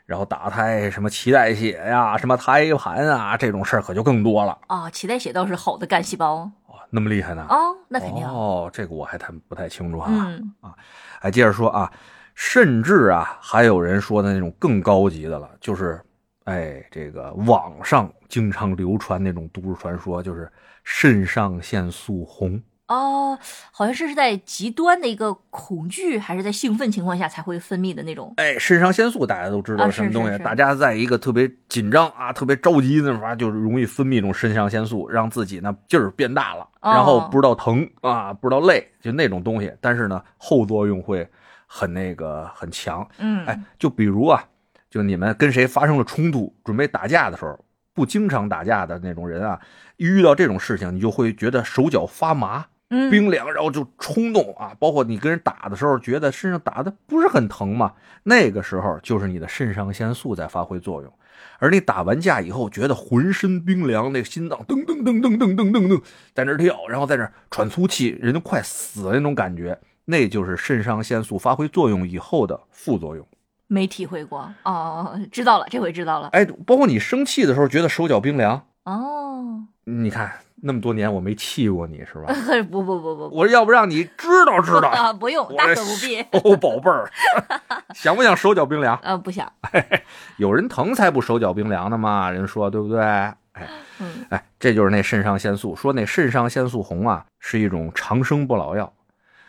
[SPEAKER 2] 然后打胎什么脐带血呀、什么胎盘啊这种事儿可就更多了。
[SPEAKER 1] 啊，脐带血倒是好的干细胞
[SPEAKER 2] 哦，那么厉害呢？
[SPEAKER 1] 哦，那肯定。
[SPEAKER 2] 哦，这个我还谈不太清楚啊。
[SPEAKER 1] 嗯
[SPEAKER 2] 哎，接着说啊，甚至啊，还有人说的那种更高级的了，就是，哎，这个网上经常流传那种都市传说，就是肾上腺素红。
[SPEAKER 1] 哦，好像是在极端的一个恐惧还是在兴奋情况下才会分泌的那种。
[SPEAKER 2] 哎，肾上腺素大家都知道
[SPEAKER 1] 啊
[SPEAKER 2] 是什么
[SPEAKER 1] 是
[SPEAKER 2] 东西，
[SPEAKER 1] 是是
[SPEAKER 2] 大家在一个特别紧张啊、特别着急那种啊，就是容易分泌一种肾上腺素，让自己呢劲儿变大了，然后
[SPEAKER 1] 哦
[SPEAKER 2] 不知道疼啊，不知道累，就那种东西。但是呢，后作用会很那个很强。
[SPEAKER 1] 嗯，
[SPEAKER 2] 哎，就比如啊，就你们跟谁发生了冲突，准备打架的时候，不经常打架的那种人啊，一遇到这种事情，你就会觉得手脚发麻、
[SPEAKER 1] 嗯，
[SPEAKER 2] 冰凉，然后就冲动啊。包括你跟人打的时候，觉得身上打的不是很疼嘛，那个时候就是你的肾上腺素在发挥作用。而你打完架以后，觉得浑身冰凉，那个心脏噔噔噔噔噔噔噔噔在那儿跳，然后在那儿喘粗气，人就快死了那种感觉，那就是肾上腺素发挥作用以后的副作用。
[SPEAKER 1] 没体会过哦，知道了，这回知道了。
[SPEAKER 2] 哎，包括你生气的时候觉得手脚冰凉，
[SPEAKER 1] 哦，
[SPEAKER 2] 你看那么多年我没气过你是吧？
[SPEAKER 1] 不不不不不，
[SPEAKER 2] 我要不让你知道知道，
[SPEAKER 1] 啊，不用，
[SPEAKER 2] 我
[SPEAKER 1] 大
[SPEAKER 2] 这
[SPEAKER 1] 可不必。
[SPEAKER 2] 哦，宝贝儿， 想不想手脚冰凉？
[SPEAKER 1] 啊，不想。
[SPEAKER 2] 有人疼才不手脚冰凉呢嘛，人说对不对？哎
[SPEAKER 1] 嗯
[SPEAKER 2] 哎，这就是那肾上腺素，说那肾上腺素红啊是一种长生不老药。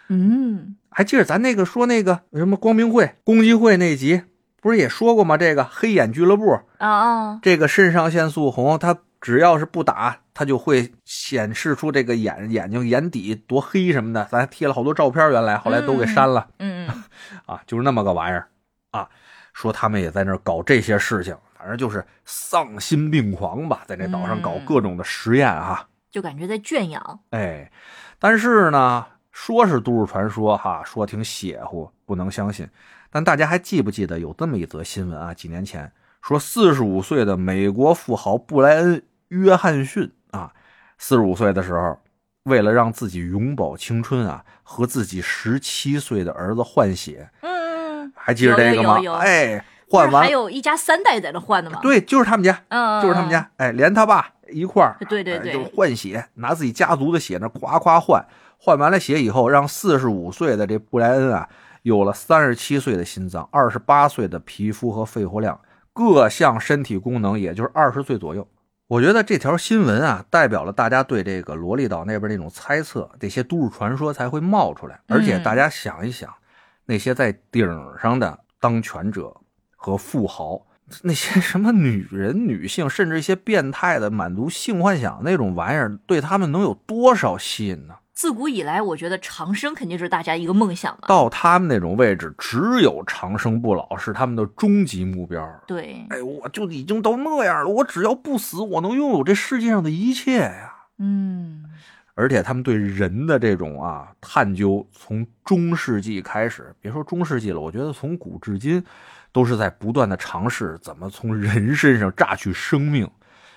[SPEAKER 1] 嗯，
[SPEAKER 2] 还记得咱那个说那个什么光明会、共济会那集，不是也说过吗？这个黑眼俱乐部，
[SPEAKER 1] 啊啊，
[SPEAKER 2] 这个肾上腺素红，它只要是不打，它就会显示出这个眼眼睛眼底多黑什么的。咱贴了好多照片，原来后来都给删了、
[SPEAKER 1] 嗯嗯
[SPEAKER 2] 啊，就是那么个玩意儿啊。说他们也在那儿搞这些事情，反正就是丧心病狂吧，在那岛上搞
[SPEAKER 1] 嗯
[SPEAKER 2] 各种的实验啊。
[SPEAKER 1] 就感觉在圈养。
[SPEAKER 2] 哎，但是呢，说是都市传说哈，说挺邪乎，不能相信。但大家还记不记得有这么一则新闻啊？几年前说，四十五岁的美国富豪布莱恩·约翰逊啊，四十五岁的时候，为了让自己永葆青春啊，和自己十七岁的儿子换血，
[SPEAKER 1] 嗯嗯，
[SPEAKER 2] 还记得这个吗？
[SPEAKER 1] 有有有有
[SPEAKER 2] 哎，
[SPEAKER 1] 不是
[SPEAKER 2] 换完
[SPEAKER 1] 还有一家三代在那换的吗？，
[SPEAKER 2] 对，就是他们家，
[SPEAKER 1] 嗯，
[SPEAKER 2] 就是他们
[SPEAKER 1] 嗯。
[SPEAKER 2] 家，哎，连他爸一块儿，
[SPEAKER 1] 对对
[SPEAKER 2] 哎
[SPEAKER 1] 对
[SPEAKER 2] 就换血，拿自己家族的血那夸夸换，换完了血以后，让四十五岁的这布莱恩啊，有了三十七岁的心脏，二十八岁的皮肤和肺活量，各项身体功能也就是二十岁左右。我觉得这条新闻啊，代表了大家对这个罗利岛那边那种猜测，这些都市传说才会冒出来。而且大家想一想，那些在顶上的当权者和富豪，那些什么女人、女性，甚至一些变态的满足性幻想那种玩意儿，对他们能有多少吸引呢？
[SPEAKER 1] 自古以来，我觉得长生肯定是大家一个梦想嘛。
[SPEAKER 2] 到他们那种位置，只有长生不老是他们的终极目标。
[SPEAKER 1] 对，
[SPEAKER 2] 哎，我就已经到那样了，我只要不死，我能拥有这世界上的一切呀、
[SPEAKER 1] 嗯，
[SPEAKER 2] 而且他们对人的这种啊探究，从中世纪开始，别说中世纪了，我觉得从古至今，都是在不断的尝试怎么从人身上榨取生命。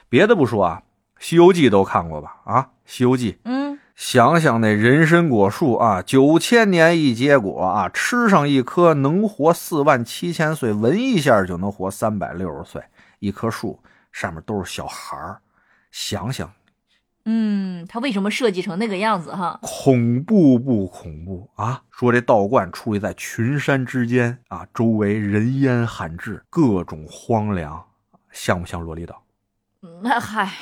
[SPEAKER 2] 别的不说啊，《西游记》都看过吧？啊，《西游记》
[SPEAKER 1] 嗯，
[SPEAKER 2] 想想那人参果树啊，九千年一结果啊，吃上一颗能活四万七千岁，闻一下就能活三百六十岁。一棵树上面都是小孩儿，想想
[SPEAKER 1] 嗯，他为什么设计成那个样子哈？
[SPEAKER 2] 恐怖不恐怖啊？说这道观矗立在群山之间啊，周围人烟罕至，各种荒凉，像不像洛丽岛？
[SPEAKER 1] 嗯那嗨，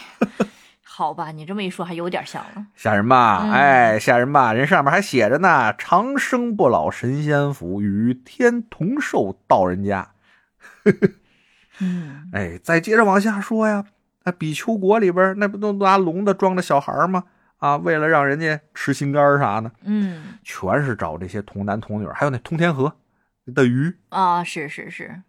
[SPEAKER 1] 好吧，你这么一说还有点像了。
[SPEAKER 2] 吓人吧？
[SPEAKER 1] 嗯
[SPEAKER 2] 哎，吓人吧！人上面还写着呢，“长生不老神仙府，与天同寿道人家”。
[SPEAKER 1] 嗯
[SPEAKER 2] 哎，再接着往下说呀，那比丘国里边那不都拿笼子装着小孩儿吗？啊，为了让人家吃心肝儿啥的，
[SPEAKER 1] 嗯
[SPEAKER 2] 全是找这些童男童女，还有那通天河的鱼。
[SPEAKER 1] 啊，是是是，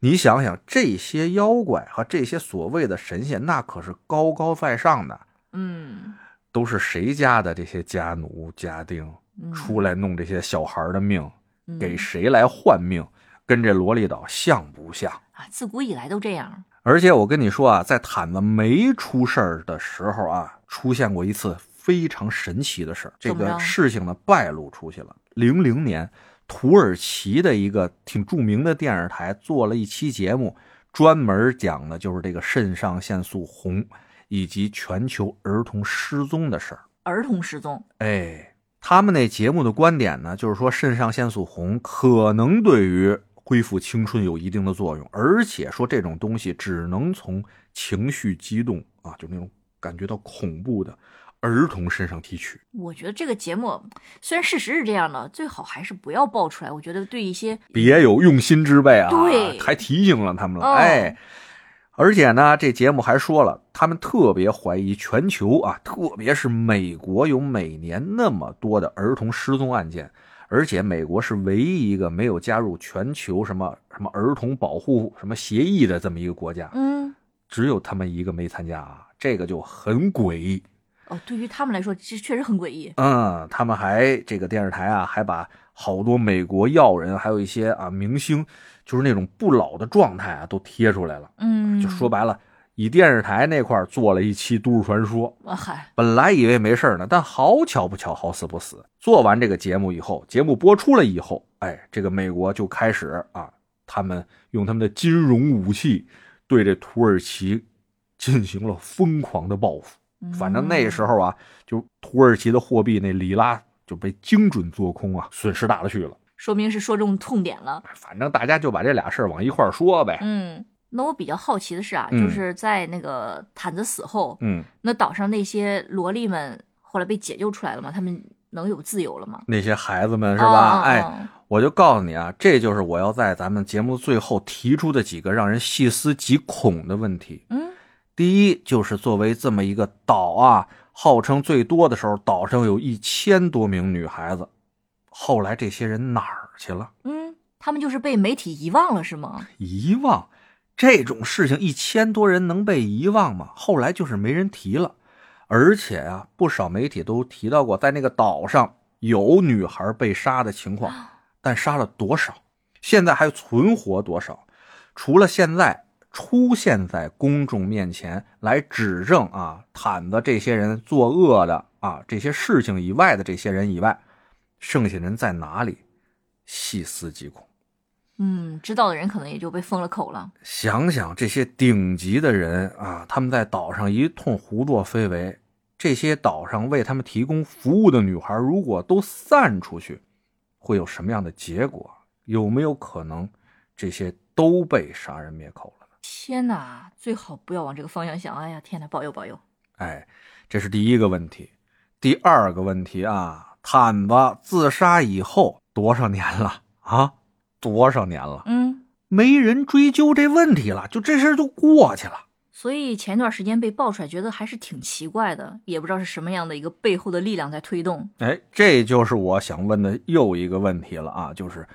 [SPEAKER 2] 你想想，这些妖怪和这些所谓的神仙，那可是高高在上的，
[SPEAKER 1] 嗯
[SPEAKER 2] 都是谁家的这些家奴家丁
[SPEAKER 1] 嗯，
[SPEAKER 2] 出来弄这些小孩儿的命，
[SPEAKER 1] 嗯
[SPEAKER 2] 给谁来换命，跟这萝莉岛像不像？
[SPEAKER 1] 啊，自古以来都这样。
[SPEAKER 2] 而且我跟你说啊，在毯子没出事儿的时候啊，出现过一次非常神奇的事儿，这
[SPEAKER 1] 怎么着
[SPEAKER 2] 个事情呢败露出去了。零零年，土耳其的一个挺著名的电视台做了一期节目，专门讲的就是这个肾上腺素红以及全球儿童失踪的事儿。
[SPEAKER 1] 儿童失踪，
[SPEAKER 2] 哎，他们那节目的观点呢，就是说肾上腺素红可能对于恢复青春有一定的作用，而且说这种东西只能从情绪激动啊，就那种感觉到恐怖的儿童身上提取。
[SPEAKER 1] 我觉得这个节目虽然事实是这样的，最好还是不要爆出来。我觉得对一些
[SPEAKER 2] 别有用心之辈啊！
[SPEAKER 1] 对
[SPEAKER 2] 还提醒了他们了。
[SPEAKER 1] 哦
[SPEAKER 2] 哎，而且呢，这节目还说了，他们特别怀疑全球啊，特别是美国有每年那么多的儿童失踪案件，而且美国是唯一一个没有加入全球什么什么儿童保护什么协议的这么一个国家，
[SPEAKER 1] 嗯
[SPEAKER 2] 只有他们一个没参加啊，这个就很诡异。
[SPEAKER 1] 哦，对于他们来说，这确实很诡异。
[SPEAKER 2] 嗯，他们还这个电视台啊，还把好多美国要人，还有一些啊明星，就是那种不老的状态啊，都贴出来了。
[SPEAKER 1] 嗯，
[SPEAKER 2] 就说白了，以电视台那块儿做了一期都市传说。
[SPEAKER 1] 啊嗨，
[SPEAKER 2] 本来以为没事儿呢，但好巧不巧，好死不死，做完这个节目以后，节目播出了以后，哎，这个美国就开始啊，他们用他们的金融武器对这土耳其进行了疯狂的报复。
[SPEAKER 1] 嗯
[SPEAKER 2] 反正那时
[SPEAKER 1] 候
[SPEAKER 2] 候啊，就土耳其的货币那里拉就被精准做空啊，损失大了去了。
[SPEAKER 1] 说明是说中痛点了。
[SPEAKER 2] 反正大家就把这俩事儿往一块儿说呗。
[SPEAKER 1] 嗯，那我比较好奇的是啊，
[SPEAKER 2] 嗯
[SPEAKER 1] 就是在那个毯子死后，
[SPEAKER 2] 嗯，
[SPEAKER 1] 那岛上那些萝莉们后来被解救出来了吗？他们能有自由了吗？
[SPEAKER 2] 那些孩子们是
[SPEAKER 1] 哦
[SPEAKER 2] 吧？
[SPEAKER 1] 哦
[SPEAKER 2] 哎，
[SPEAKER 1] 哦
[SPEAKER 2] 我就告诉你啊，这就是我要在咱们节目最后提出的几个让人细思极恐的问题。
[SPEAKER 1] 嗯
[SPEAKER 2] 第一，就是作为这么一个岛啊，号称最多的时候，岛上有一千多名女孩子，后来这些人哪儿去了？
[SPEAKER 1] 嗯，他们就是被媒体遗忘了是吗？
[SPEAKER 2] 遗忘这种事情，一千多人能被遗忘吗？后来就是没人提了，而且啊，不少媒体都提到过，在那个岛上有女孩被杀的情况，但杀了多少？现在还存活多少？除了现在出现在公众面前来指证啊、毯子这些人作恶的啊这些事情以外的这些人以外，剩下人在哪里？细思极恐。
[SPEAKER 1] 嗯，知道的人可能也就被封了口了。
[SPEAKER 2] 想想这些顶级的人啊，他们在岛上一通胡作非为，这些岛上为他们提供服务的女孩，如果都散出去，会有什么样的结果？有没有可能这些都被杀人灭口了呢？
[SPEAKER 1] 天哪，最好不要往这个方向想。哎呀，天哪，保佑保佑！
[SPEAKER 2] 哎，这是第一个问题。第二个问题啊，坦子自杀以后多少年了啊？多少年了？
[SPEAKER 1] 嗯，
[SPEAKER 2] 没人追究这问题了，就这事儿就过去了。
[SPEAKER 1] 所以前段时间被爆出来，觉得还是挺奇怪的，也不知道是什么样的一个背后的力量在推动。
[SPEAKER 2] 哎，这就是我想问的又一个问题了啊，就是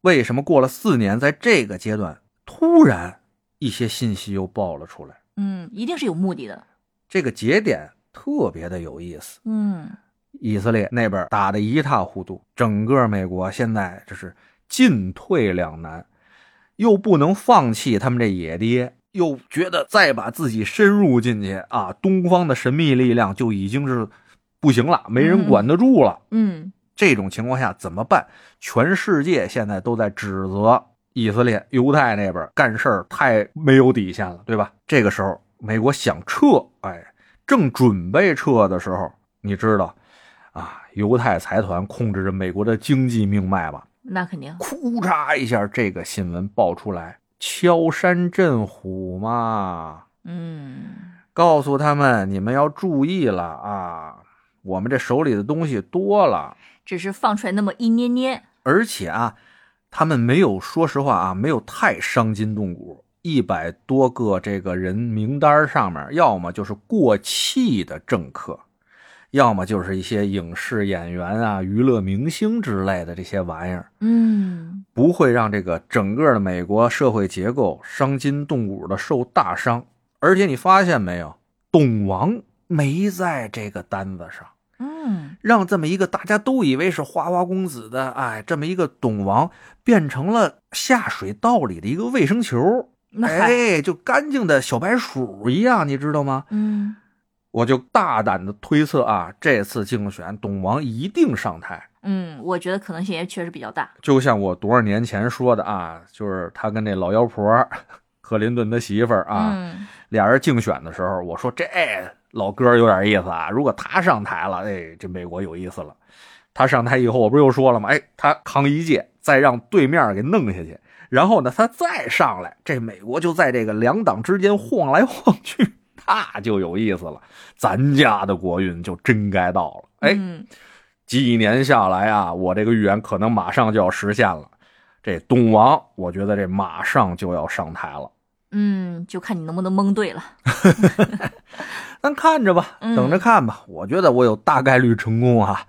[SPEAKER 2] 为什么过了四年，在这个阶段突然一些信息又爆了出来？
[SPEAKER 1] 嗯，一定是有目的的。
[SPEAKER 2] 这个节点特别的有意思。
[SPEAKER 1] 嗯，
[SPEAKER 2] 以色列那边打得一塌糊涂，整个美国现在就是进退两难，又不能放弃他们这野爹，又觉得再把自己深入进去啊，东方的神秘力量就已经是不行了，没人管得住了。
[SPEAKER 1] 嗯，
[SPEAKER 2] 这种情况下怎么办？全世界现在都在指责以色列犹太那边干事儿太没有底线了，对吧？这个时候，美国想撤，哎，正准备撤的时候，你知道，啊，犹太财团控制着美国的经济命脉吧？
[SPEAKER 1] 那肯定。
[SPEAKER 2] 哭嚓一下，这个新闻爆出来，敲山震虎嘛。
[SPEAKER 1] 嗯
[SPEAKER 2] 告诉他们，你们要注意了啊！我们这手里的东西多了，，
[SPEAKER 1] 只是放出来那么一捏捏。
[SPEAKER 2] 而且啊，他们没有，说实话啊，没有太伤筋动骨。一百多个这个人名单上面，要么就是过气的政客，要么就是一些影视演员啊、娱乐明星之类的这些玩意儿，
[SPEAKER 1] 嗯
[SPEAKER 2] 不会让这个整个的美国社会结构伤筋动骨的受大伤。而且你发现没有，董王没在这个单子上。
[SPEAKER 1] 嗯，
[SPEAKER 2] 让这么一个大家都以为是花花公子的，哎，这么一个董王，变成了下水道里的一个卫生球，
[SPEAKER 1] 那还
[SPEAKER 2] 哎，就干净的小白鼠一样，你知道吗？
[SPEAKER 1] 嗯
[SPEAKER 2] 我就大胆的推测啊，这次竞选董王一定上台，
[SPEAKER 1] 嗯，我觉得可能性也确实比较大。
[SPEAKER 2] 就像我多少年前说的啊，就是他跟那老妖婆 克林顿他媳妇儿啊，
[SPEAKER 1] 嗯
[SPEAKER 2] 俩人竞选的时候，我说这老哥有点意思啊，如果他上台了，哎，这美国有意思了。他上台以后，我不是又说了吗？哎，他扛一届，再让对面给弄下去，然后呢，他再上来，这美国就在这个两党之间晃来晃去，那就有意思了。咱家的国运就真该到了。哎，
[SPEAKER 1] 嗯
[SPEAKER 2] 几年下来啊，我这个预言可能马上就要实现了。这东王，我觉得这马上就要上台了。
[SPEAKER 1] 嗯，就看你能不能蒙对了。
[SPEAKER 2] 咱看着吧，
[SPEAKER 1] 嗯
[SPEAKER 2] 等着看吧。我觉得我有大概率成功啊。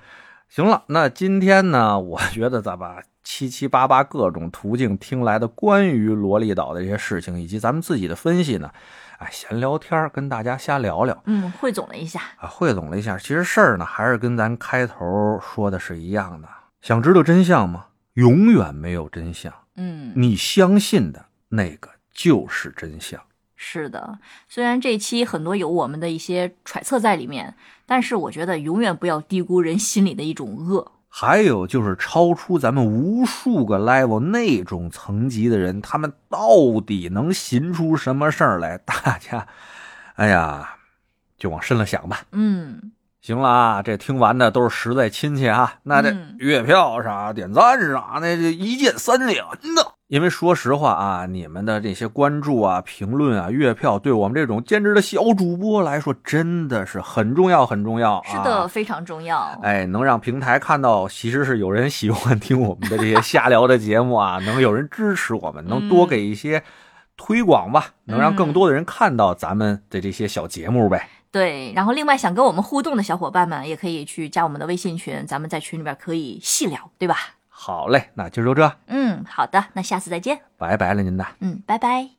[SPEAKER 2] 行了，那今天呢，我觉得咱把七七八八各种途径听来的关于罗利岛的这些事情，以及咱们自己的分析呢，哎，闲聊天儿跟大家瞎聊聊
[SPEAKER 1] 嗯，汇总了一下。
[SPEAKER 2] 啊，汇总了一下。其实事儿呢，还是跟咱开头说的是一样的。想知道真相吗？永远没有真相，
[SPEAKER 1] 嗯，
[SPEAKER 2] 你相信的那个就是真相。
[SPEAKER 1] 是的，虽然这期很多有我们的一些揣测在里面，但是我觉得永远不要低估人心里的一种恶。
[SPEAKER 2] 还有就是超出咱们无数个 level 那种层级的人，他们到底能寻出什么事儿来？大家，哎呀，就往深了想吧。
[SPEAKER 1] 嗯
[SPEAKER 2] 行了啊，这听完的都是实在亲戚啊，那这
[SPEAKER 1] 嗯
[SPEAKER 2] 月票啥、点赞啥，那这一键三连的。因为说实话啊，你们的这些关注啊、评论啊、月票，对我们这种兼职的小主播来说，真的是很重要、很重要、啊。
[SPEAKER 1] 是的，非常重要。
[SPEAKER 2] 哎，能让平台看到，其实是有人喜欢听我们的这些瞎聊的节目啊，能有人支持我们，能多给一些推广吧，能让更多的人看到咱们的这些小节目呗。
[SPEAKER 1] 对，然后另外想跟我们互动的小伙伴们，也可以去加我们的微信群，咱们在群里边可以细聊，对吧？
[SPEAKER 2] 好嘞，那今儿就这，
[SPEAKER 1] 嗯，好的，那下次再见。
[SPEAKER 2] 拜拜了您呐。
[SPEAKER 1] 嗯，拜拜。